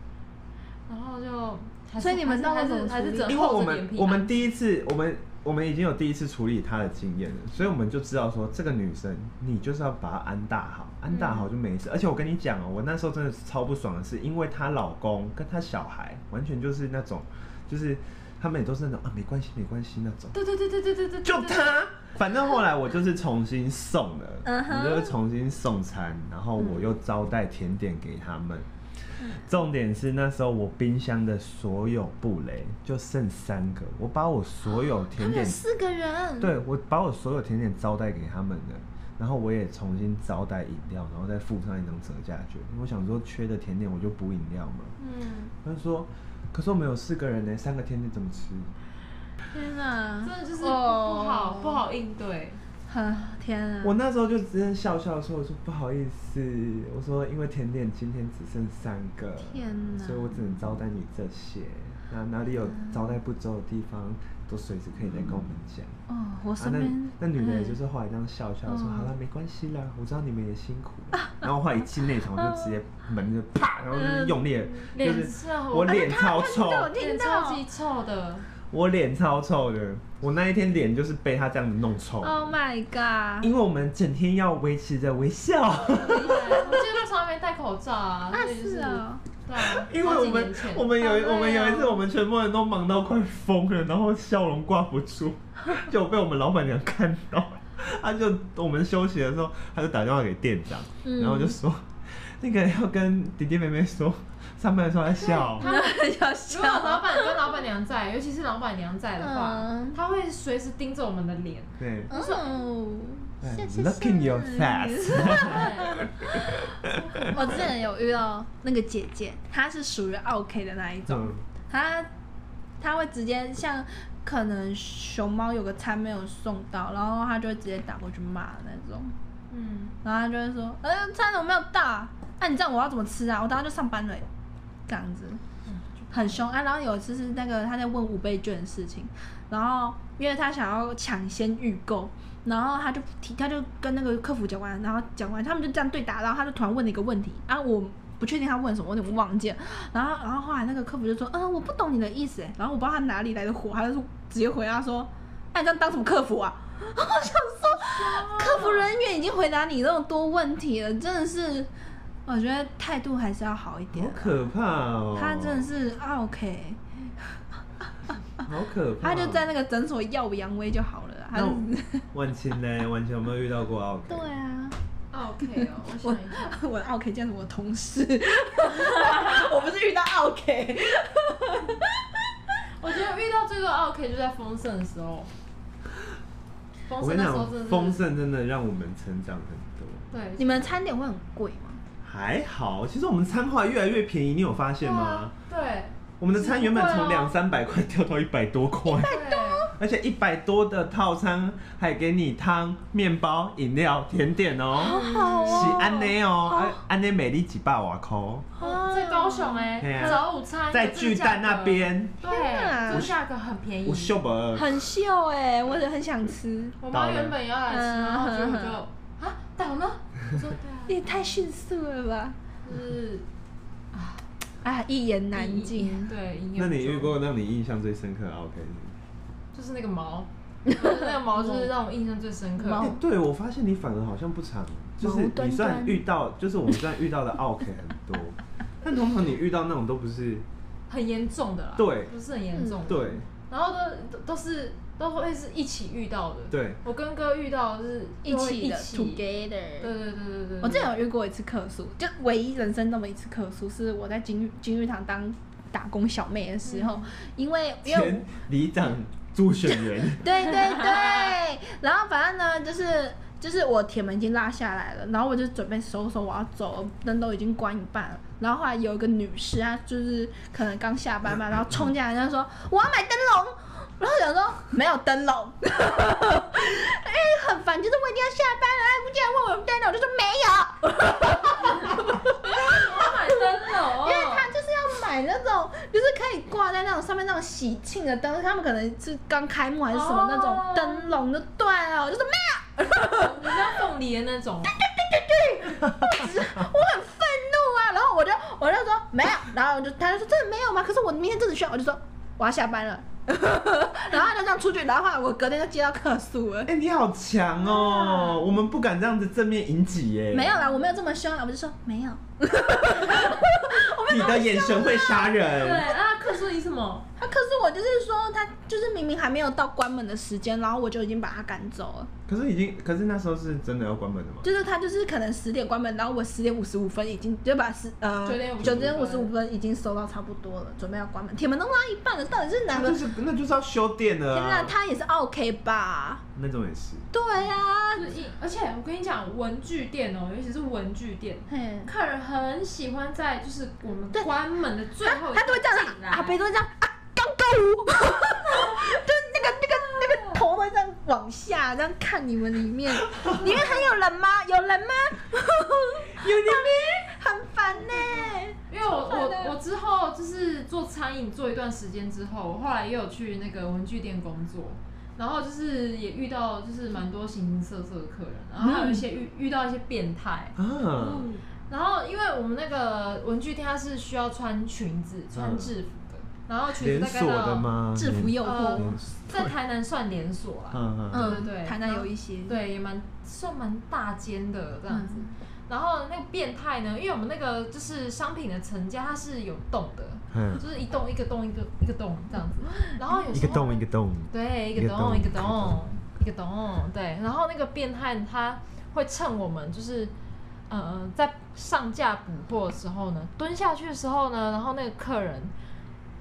Speaker 3: 然后就还是，
Speaker 2: 所以你们到
Speaker 3: 还
Speaker 2: 底
Speaker 3: 是
Speaker 2: 怎么
Speaker 3: 还是
Speaker 2: 处理
Speaker 3: 只？”能
Speaker 1: 因为我
Speaker 3: 厚着脸
Speaker 1: 们
Speaker 3: 皮
Speaker 1: 我
Speaker 3: 啊
Speaker 1: 们第一次，我们我们已经有第一次处理他的经验了，所以我们就知道说，这个女生你就是要把她安大好，安大好就没事。而且我跟你讲哦、我那时候真的是超不爽的是，因为她老公跟她小孩完全就是那种，就是他们也都是那种啊没关系没关系那种。
Speaker 3: 对对对对对对对，对
Speaker 1: 就，他。反正后来我就是重新送了，
Speaker 2: 嗯哼
Speaker 1: 我就是重新送餐，然后我又招待甜点给他们。重点是那时候我冰箱的所有布雷就剩三个，我把我所有
Speaker 2: 他
Speaker 1: 甜
Speaker 2: 们有
Speaker 1: 点，
Speaker 2: 四个人。
Speaker 1: 对我把我所有甜点招待给他们的，然后我也重新招待饮料，然后再附上一张折价券。因为我想说缺的甜点我就补饮料嘛。
Speaker 3: 嗯，
Speaker 1: 他就说，可是我们有四个人呢，三个甜点怎么吃？
Speaker 2: 天哪，
Speaker 3: 真的就是不
Speaker 2: 哦
Speaker 3: 好不，好应对，
Speaker 2: 啊天啊，
Speaker 1: 我那时候就只是笑笑说，我说不好意思，我说因为甜点今天只剩三个，
Speaker 2: 天哪嗯
Speaker 1: 所以我只能招待你这些。那哪里有招待不周的地方，都随时可以来跟我们讲。
Speaker 2: 哦，我
Speaker 1: 啊
Speaker 2: 身，
Speaker 1: 那
Speaker 2: 边
Speaker 1: 那女的也
Speaker 2: 哎
Speaker 1: 就是后来这样笑笑说：“
Speaker 2: 嗯
Speaker 1: 好了，没关系啦，我知道你们也辛苦。” 然后后来一进内场，我就直接门就
Speaker 2: 嗯
Speaker 1: 啪，然后就是用力，就
Speaker 3: 脸
Speaker 1: 是
Speaker 3: 色
Speaker 1: 我脸超臭，
Speaker 2: 我听
Speaker 3: 脸
Speaker 2: 到
Speaker 3: 超级臭的，
Speaker 1: 我脸超臭的，我那一天脸就是被他这样子弄臭。
Speaker 2: ，Oh my god，
Speaker 1: 因为我们整天要维持着微笑，
Speaker 3: 很厉害我记得那时候还没戴口罩啊，
Speaker 2: 那
Speaker 3: 所以就是
Speaker 2: 啊，
Speaker 3: 对啊，
Speaker 1: 因为
Speaker 3: 好
Speaker 1: 我
Speaker 3: 几
Speaker 1: 们
Speaker 3: 年前
Speaker 1: 我们有一
Speaker 2: 好累哦
Speaker 1: 我们有一次，我们全部人都忙到快疯了，然后笑容挂不 住，就被我们老板娘看到，她就我们休息的时候，她就打电话给店长，
Speaker 2: 嗯
Speaker 1: 然后就说那个要跟弟弟妹妹说，上班的时候在笑，
Speaker 3: 他们
Speaker 2: 要
Speaker 3: 如果老
Speaker 2: 笑，
Speaker 3: 板跟老板娘在，尤其是老板娘在的话，
Speaker 2: 嗯
Speaker 3: 他会随时盯着我们的脸。
Speaker 1: 对
Speaker 2: 哦。
Speaker 1: 对
Speaker 2: 谢谢
Speaker 1: ，Look in 哎 your 嗯
Speaker 2: 谢
Speaker 1: face，
Speaker 2: 谢
Speaker 3: 啊
Speaker 2: 我之前有遇到那个姐姐，她是属于 OK 的那一种，
Speaker 1: 嗯
Speaker 2: 他他会直接像可能熊猫有个餐没有送到，然后他就会直接打过去骂那种，
Speaker 3: 嗯，
Speaker 2: 然后他就会说，呃，餐怎么没有到啊？那、你这样我要怎么吃啊？我等下就上班了欸，这样子。
Speaker 3: 嗯
Speaker 2: 很凶啊！然后有一次是那个他在问五倍券的事情，然后因为他想要抢先预购，然后他就提他就跟那个客服讲完，然后讲完他们就这样对答，然后他就突然问了一个问题啊，我不确定他问什么，我有点忘记了。然后然后后来那个客服就说，嗯，我不懂你的意思欸，然后我不知道他哪里来的火，他就直接回答说，那、你这样当什么客服啊？ 我想说，客服人员已经回答你那么多问题了，真的是，我觉得态度还是要好一点
Speaker 1: 好。可怕哦，
Speaker 2: 他真的是啊 OK，
Speaker 1: 好可怕，哦
Speaker 2: 他就在那个诊所耀武扬威就好了啊。他
Speaker 1: 那
Speaker 2: 就
Speaker 1: 我万青呢？万青有没有遇到过啊？
Speaker 2: 对啊，
Speaker 3: 啊 OK 哦，我想一下，
Speaker 2: 我的 OK 竟然是我的同事， 我不是遇到 OK，
Speaker 3: 我觉得遇到最多 OK 就在丰盛的时候，丰
Speaker 1: 我跟
Speaker 3: 盛
Speaker 1: 你
Speaker 3: 那时候
Speaker 1: 讲
Speaker 3: 真的，是
Speaker 1: 丰，盛真的让我们成长很多。
Speaker 3: 对，
Speaker 2: 你们餐点会很贵吗？
Speaker 1: 还好，其实我们餐后来越来越便宜，你有发现吗？
Speaker 3: 对，
Speaker 1: 我们的餐原本
Speaker 3: 不会
Speaker 1: 从
Speaker 3: 哦
Speaker 1: 两三百块掉到一百多 块，
Speaker 3: 太多，
Speaker 1: 而且一百多的套餐还给你汤、面包、饮料、甜点哦，
Speaker 2: 好
Speaker 1: 是安内哦，啊安内美丽几百瓦扣，
Speaker 3: 哦在高雄
Speaker 1: 对
Speaker 3: 哎，
Speaker 1: 啊
Speaker 3: 早午餐
Speaker 1: 在
Speaker 3: 就这
Speaker 1: 巨
Speaker 3: 个
Speaker 1: 蛋
Speaker 3: 价格
Speaker 1: 那，边，
Speaker 2: 天
Speaker 3: 对，
Speaker 2: 啊
Speaker 3: 这个价格很便宜
Speaker 1: 我。秀不？
Speaker 2: 很秀哎、我也很想吃，
Speaker 3: 我妈原本也要来吃，
Speaker 2: 嗯
Speaker 3: 然后结果
Speaker 2: 嗯
Speaker 3: 就啊倒了，我说对啊，
Speaker 2: 也太迅速了吧！
Speaker 3: 就是
Speaker 2: 啊，一言难
Speaker 3: 一
Speaker 2: 尽。
Speaker 3: 对，营养
Speaker 1: 那你遇
Speaker 3: 中
Speaker 1: 过让你印象最深刻的啊 OK 是什
Speaker 3: 就是那个 毛，就是那个毛就是让我印象最深刻。
Speaker 1: 么？
Speaker 2: 毛
Speaker 1: 哎对我发现你反而好像不常，就是
Speaker 2: 毛端
Speaker 1: 你虽然
Speaker 2: 端
Speaker 1: 遇到，就是我们虽然遇到的 OK 很多，但通常你遇到那种都不是
Speaker 3: 很严重的啦，
Speaker 1: 对
Speaker 3: 不是很严重的，
Speaker 2: 嗯
Speaker 1: 对。
Speaker 3: 然后都都都是都会是一起遇到的，
Speaker 1: 对，
Speaker 3: 我跟哥遇到的是
Speaker 2: 一
Speaker 3: 都会
Speaker 2: 起的
Speaker 3: 一起，
Speaker 2: together，
Speaker 3: 对
Speaker 2: 哦
Speaker 3: 对对对对，
Speaker 2: 我之前有遇过一次客诉，就唯一人生那么一次客诉，是我在金玉金玉堂当打工小妹的时候，因为因为
Speaker 1: 前里长助选员，
Speaker 2: 对对对，然后反正呢就是。就是我铁门已经拉下来了，然后我就准备收收，我要走了，灯都已经关一半了。然后后来有一个女士，她就是可能刚下班嘛，然后冲进来，她就说我要买灯笼，然后想说没有灯笼， 哎、很烦，就是我已经要下班了，哎，不竟然问我有灯笼，我就说没有，
Speaker 3: 他买灯笼，
Speaker 2: 因为他就是要买那种，就是可以挂在那种上面那种喜庆的灯，他们可能是刚开幕还是什么
Speaker 3: 哦
Speaker 2: 那种灯笼就对了，我就说没有，
Speaker 3: 你知道凤梨的那种，
Speaker 2: 我很愤怒啊，然后我就我就说没有，然后我就他就说真的没有吗？可是我明天真的需要，我就说我要下班了， 然后他就这样出去，然后后来我隔天就接到客诉了
Speaker 1: 哎、。你好强
Speaker 3: 啊
Speaker 1: 哦、我们不敢这样子正面迎击耶、
Speaker 2: 没有啦，我没有这么凶啊啦，我就说没有。
Speaker 1: 你的眼神会杀
Speaker 3: 对
Speaker 1: 人。
Speaker 3: 啊，克数你什么？
Speaker 2: 啊，可是我就是说，他就是明明还没有到关门的时间，然后我就已经把他赶走了。
Speaker 1: 可是已经，可是那时候是真的要关门的吗？
Speaker 2: 就是他就是可能十点关门，然后我十点五十五分已经就把十呃
Speaker 3: 9:55
Speaker 2: 九点五十五分已经收到差不多了，准备要关门，铁门都拉一半了，到底是
Speaker 3: 啊
Speaker 2: 哪个？
Speaker 1: 那就
Speaker 2: 天
Speaker 1: 是那就是要修电的
Speaker 2: 哪，
Speaker 1: 啊，
Speaker 2: 他也是 OK 吧？
Speaker 1: 那种也是。
Speaker 2: 对啊呀、
Speaker 3: 就是一，而且我跟你讲，文具店哦，尤其是文具店，
Speaker 2: 嘿，
Speaker 3: 客人很喜欢在就是我们
Speaker 2: 对
Speaker 3: 关门的最
Speaker 2: 他
Speaker 3: 后一
Speaker 2: 他都会这样
Speaker 3: 刻
Speaker 2: 子
Speaker 3: 进，来，
Speaker 2: 阿北都会这样啊，刚购物， 就是那个那个那个头会这样往下这样看你们里 面，里面还有人吗？有人吗？有人咩？ 很烦呢、
Speaker 3: 因为我
Speaker 2: 超烦的
Speaker 3: 我我之后就是做餐饮做一段时间之后，我后来也有去那个文具店工作，然后就是也遇到就是蛮多形形色色的客人，然后还有一些遇、遇到一些变态，
Speaker 1: 啊，
Speaker 3: 嗯然后因为我们那个文具店它是需要穿裙子穿制服的，然后
Speaker 1: 嗯
Speaker 3: 裙
Speaker 1: 连
Speaker 3: 子大概
Speaker 1: 锁的
Speaker 3: 到
Speaker 1: 吗？嗯
Speaker 2: 制服诱惑
Speaker 3: 呃，
Speaker 1: 连
Speaker 3: 在台南算连锁啦，
Speaker 1: 嗯嗯，
Speaker 3: 对对对
Speaker 2: 台南有一些，
Speaker 3: 对，也蛮算蛮大间的这样子。
Speaker 2: 哦嗯
Speaker 3: 然后那个变态呢，因为我们那个就是商品的层架，它是有洞的，
Speaker 1: 嗯
Speaker 3: 就是一栋一个洞一个一个洞这样子。然后有
Speaker 1: 一
Speaker 3: 时
Speaker 1: 个
Speaker 3: 候
Speaker 1: 洞一个洞，
Speaker 3: 对一
Speaker 1: 一个
Speaker 3: 个洞
Speaker 1: 洞
Speaker 3: 一个
Speaker 1: 一个
Speaker 3: 洞
Speaker 1: 洞
Speaker 3: 一个洞对。然后那个变态他会趁我们就是呃在上架补货的时候呢，蹲下去的时候呢，然后那个客人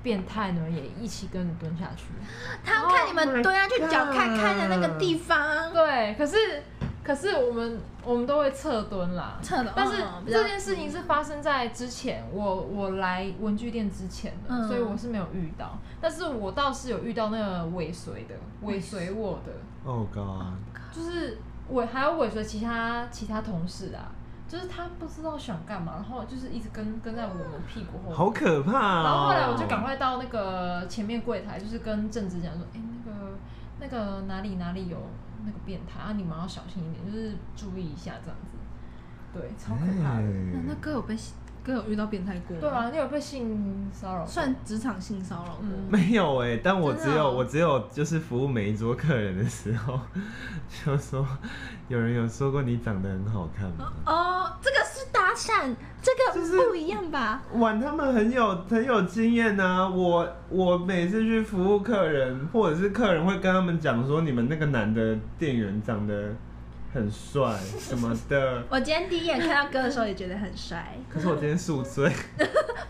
Speaker 3: 变态呢也一起跟着蹲下去。
Speaker 2: 他要看你们蹲下去
Speaker 1: Oh my
Speaker 2: 脚看看的那个地方，
Speaker 3: 对，可是可是我们我们都会侧蹲啦，
Speaker 2: 侧的
Speaker 3: 但是
Speaker 2: 嗯比较
Speaker 3: 这件事情是发生在之前，我我来文具店之前的，
Speaker 2: 嗯
Speaker 3: 所以我是没有遇到，但是我倒是有遇到那个尾随的，尾随我的，
Speaker 1: 哦 god，
Speaker 3: 就是尾还有尾随其他其他同事啊，就是他不知道想干嘛，然后就是一直跟跟在我们屁股后面。
Speaker 1: 好可怕哦！
Speaker 3: 然后后来我就赶快到那个前面柜台，就是跟正职讲说，哎、那个那个哪里哪里有那个变态啊，你们要小心一点，就是注意一下这样子。对，超可怕的。
Speaker 2: 那那
Speaker 1: 哎。
Speaker 2: 哥有被哥有遇到变态过吗
Speaker 3: 对，啊，你有被性骚扰过？
Speaker 2: 算职场性骚扰过。
Speaker 3: 嗯，
Speaker 1: 没有哎、但我
Speaker 2: 真
Speaker 1: 只
Speaker 2: 的
Speaker 1: 有、
Speaker 2: 哦
Speaker 1: 我只有就是服务每一桌客人的时候， 就说有人有说过你长得很好看吗？
Speaker 2: 哦，这个是搭讪，这
Speaker 1: 就
Speaker 2: 个
Speaker 1: 是
Speaker 2: 不一样吧？
Speaker 1: 玩他们很有很有经验呐、我我每次去服务客人，或者是客人会跟他们讲说，你们那个男的店员长得很 帅什么的。
Speaker 2: 我今天第一眼看到哥的时候也觉得很帅，
Speaker 1: 可是我今天宿醉，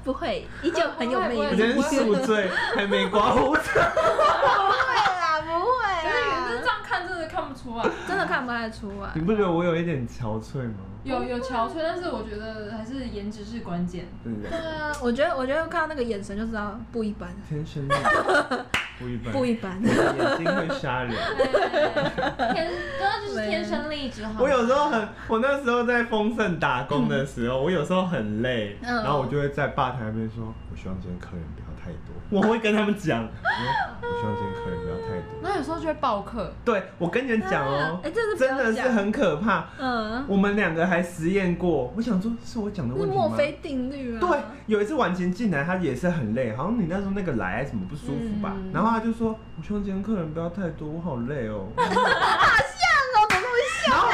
Speaker 2: 不会，依旧很 有魅
Speaker 3: 不会
Speaker 1: 我
Speaker 2: 力。
Speaker 1: 今天宿醉还没刮胡 子。
Speaker 2: 不会啦，不
Speaker 3: 可
Speaker 2: 会
Speaker 3: 是
Speaker 2: 啦
Speaker 3: 可是这样看真的看不出 来，
Speaker 2: 真的看不太出来
Speaker 1: 你。不觉得我有一点憔悴吗？
Speaker 3: 有有憔悴，但是我觉得还是颜值是关键。
Speaker 1: 对不
Speaker 2: 对
Speaker 1: 对？
Speaker 2: 啊，我觉得，我觉得看到那个眼神就知道不一般，
Speaker 1: 天 生的不一般，
Speaker 2: 不一般。
Speaker 1: 眼睛会杀 人。
Speaker 3: 天，那啊就是天生丽质。好吗
Speaker 1: 我有时候很，我那时候在丰盛打工的时候，我有时候很累，
Speaker 2: 嗯
Speaker 1: 然后我就会在吧台那边说，我希望今天客人不要太多，我会跟他们讲，我说我希望今天客人不要太多。
Speaker 3: 然后有时候就会爆客，
Speaker 1: 对，我跟你们讲哦、
Speaker 2: 啊 哎这是不要
Speaker 1: 真
Speaker 2: 讲
Speaker 1: 的是很可怕。
Speaker 2: 嗯，
Speaker 1: 我们两个还实验过，我想说是我讲的
Speaker 2: 是
Speaker 1: 问题
Speaker 2: 墨
Speaker 1: 吗？
Speaker 2: 菲定律啊。
Speaker 1: 对，有一次婉晴进来，她也是很累，好像你那时候那个来怎么不舒服吧？
Speaker 3: 嗯
Speaker 1: 然后她就说，我希望今天客人不要太多，我好累哦、
Speaker 2: 那我怎么会
Speaker 1: 然后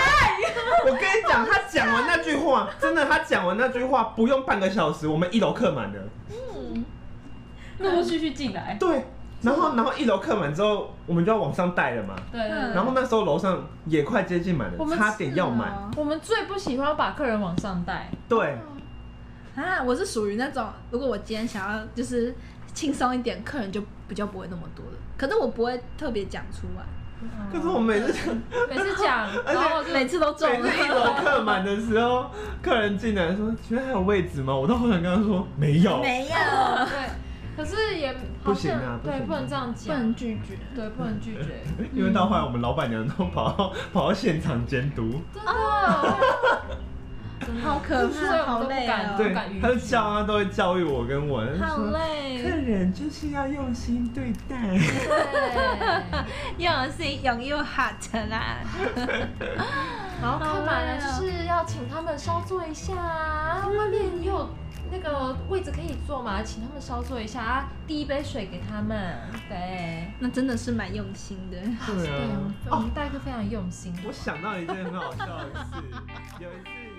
Speaker 1: 我跟你讲，他讲完那句话，真的，他讲完那句话不用半个小时，我们一楼客满了。
Speaker 3: 陆陆续续进来。
Speaker 1: 对，然后然后一楼客满之后，我们就要往上带了嘛。
Speaker 3: 对对对。
Speaker 1: 然后那时候楼上也快接近满
Speaker 3: 我
Speaker 1: 了，
Speaker 3: 们
Speaker 1: 差点要满。
Speaker 2: 是
Speaker 3: 我们最不喜欢把客人往上带，
Speaker 1: 对，
Speaker 2: 啊？我是属于那种，如果我今天想要就是轻松一点，客人就比较不会那么多的，可是我不会特别讲出来。
Speaker 1: 可是我们每次
Speaker 3: 每次讲，然后哦就
Speaker 2: 每次都中
Speaker 1: 每
Speaker 2: 了，
Speaker 1: 次一楼客满的时候，客人进来说：“请问还有位置吗？”我都好想跟他说：“没有。
Speaker 2: 没有，
Speaker 3: 对，可是也
Speaker 1: 不
Speaker 3: 好像
Speaker 1: 行啊不行
Speaker 3: 对，不能这样
Speaker 2: 不
Speaker 3: 讲，
Speaker 2: 能拒绝。
Speaker 3: 对，不能拒绝，”
Speaker 1: 因为到后来我们老板娘都跑到跑到现场监督，
Speaker 3: 真
Speaker 2: 哦
Speaker 3: 的，真的
Speaker 2: 好可怕
Speaker 3: 所以我们
Speaker 2: 好
Speaker 3: 都不
Speaker 2: 累
Speaker 3: 敢
Speaker 2: 哦
Speaker 3: 不
Speaker 1: 对
Speaker 3: 敢逾矩，
Speaker 1: 他就叫他都会教育我跟我，他就
Speaker 2: 好
Speaker 1: 说客
Speaker 2: 累，啊
Speaker 1: 人就是要用心对待。
Speaker 3: 对，
Speaker 2: 又是用又 hot 啦。
Speaker 3: 然后
Speaker 2: 好
Speaker 3: 看满了
Speaker 2: 累
Speaker 3: 就
Speaker 2: 哦
Speaker 3: 是要请他们稍坐一下啊，外面也有那个位置可以坐嘛，请他们稍坐一下啊，递一杯水给他们，对，哦
Speaker 2: 那真的是蛮用心的。
Speaker 1: 对
Speaker 3: 对，我
Speaker 1: 啊
Speaker 3: 们，我们代客非常用心，
Speaker 1: 我想到一件很好笑的事，有一次。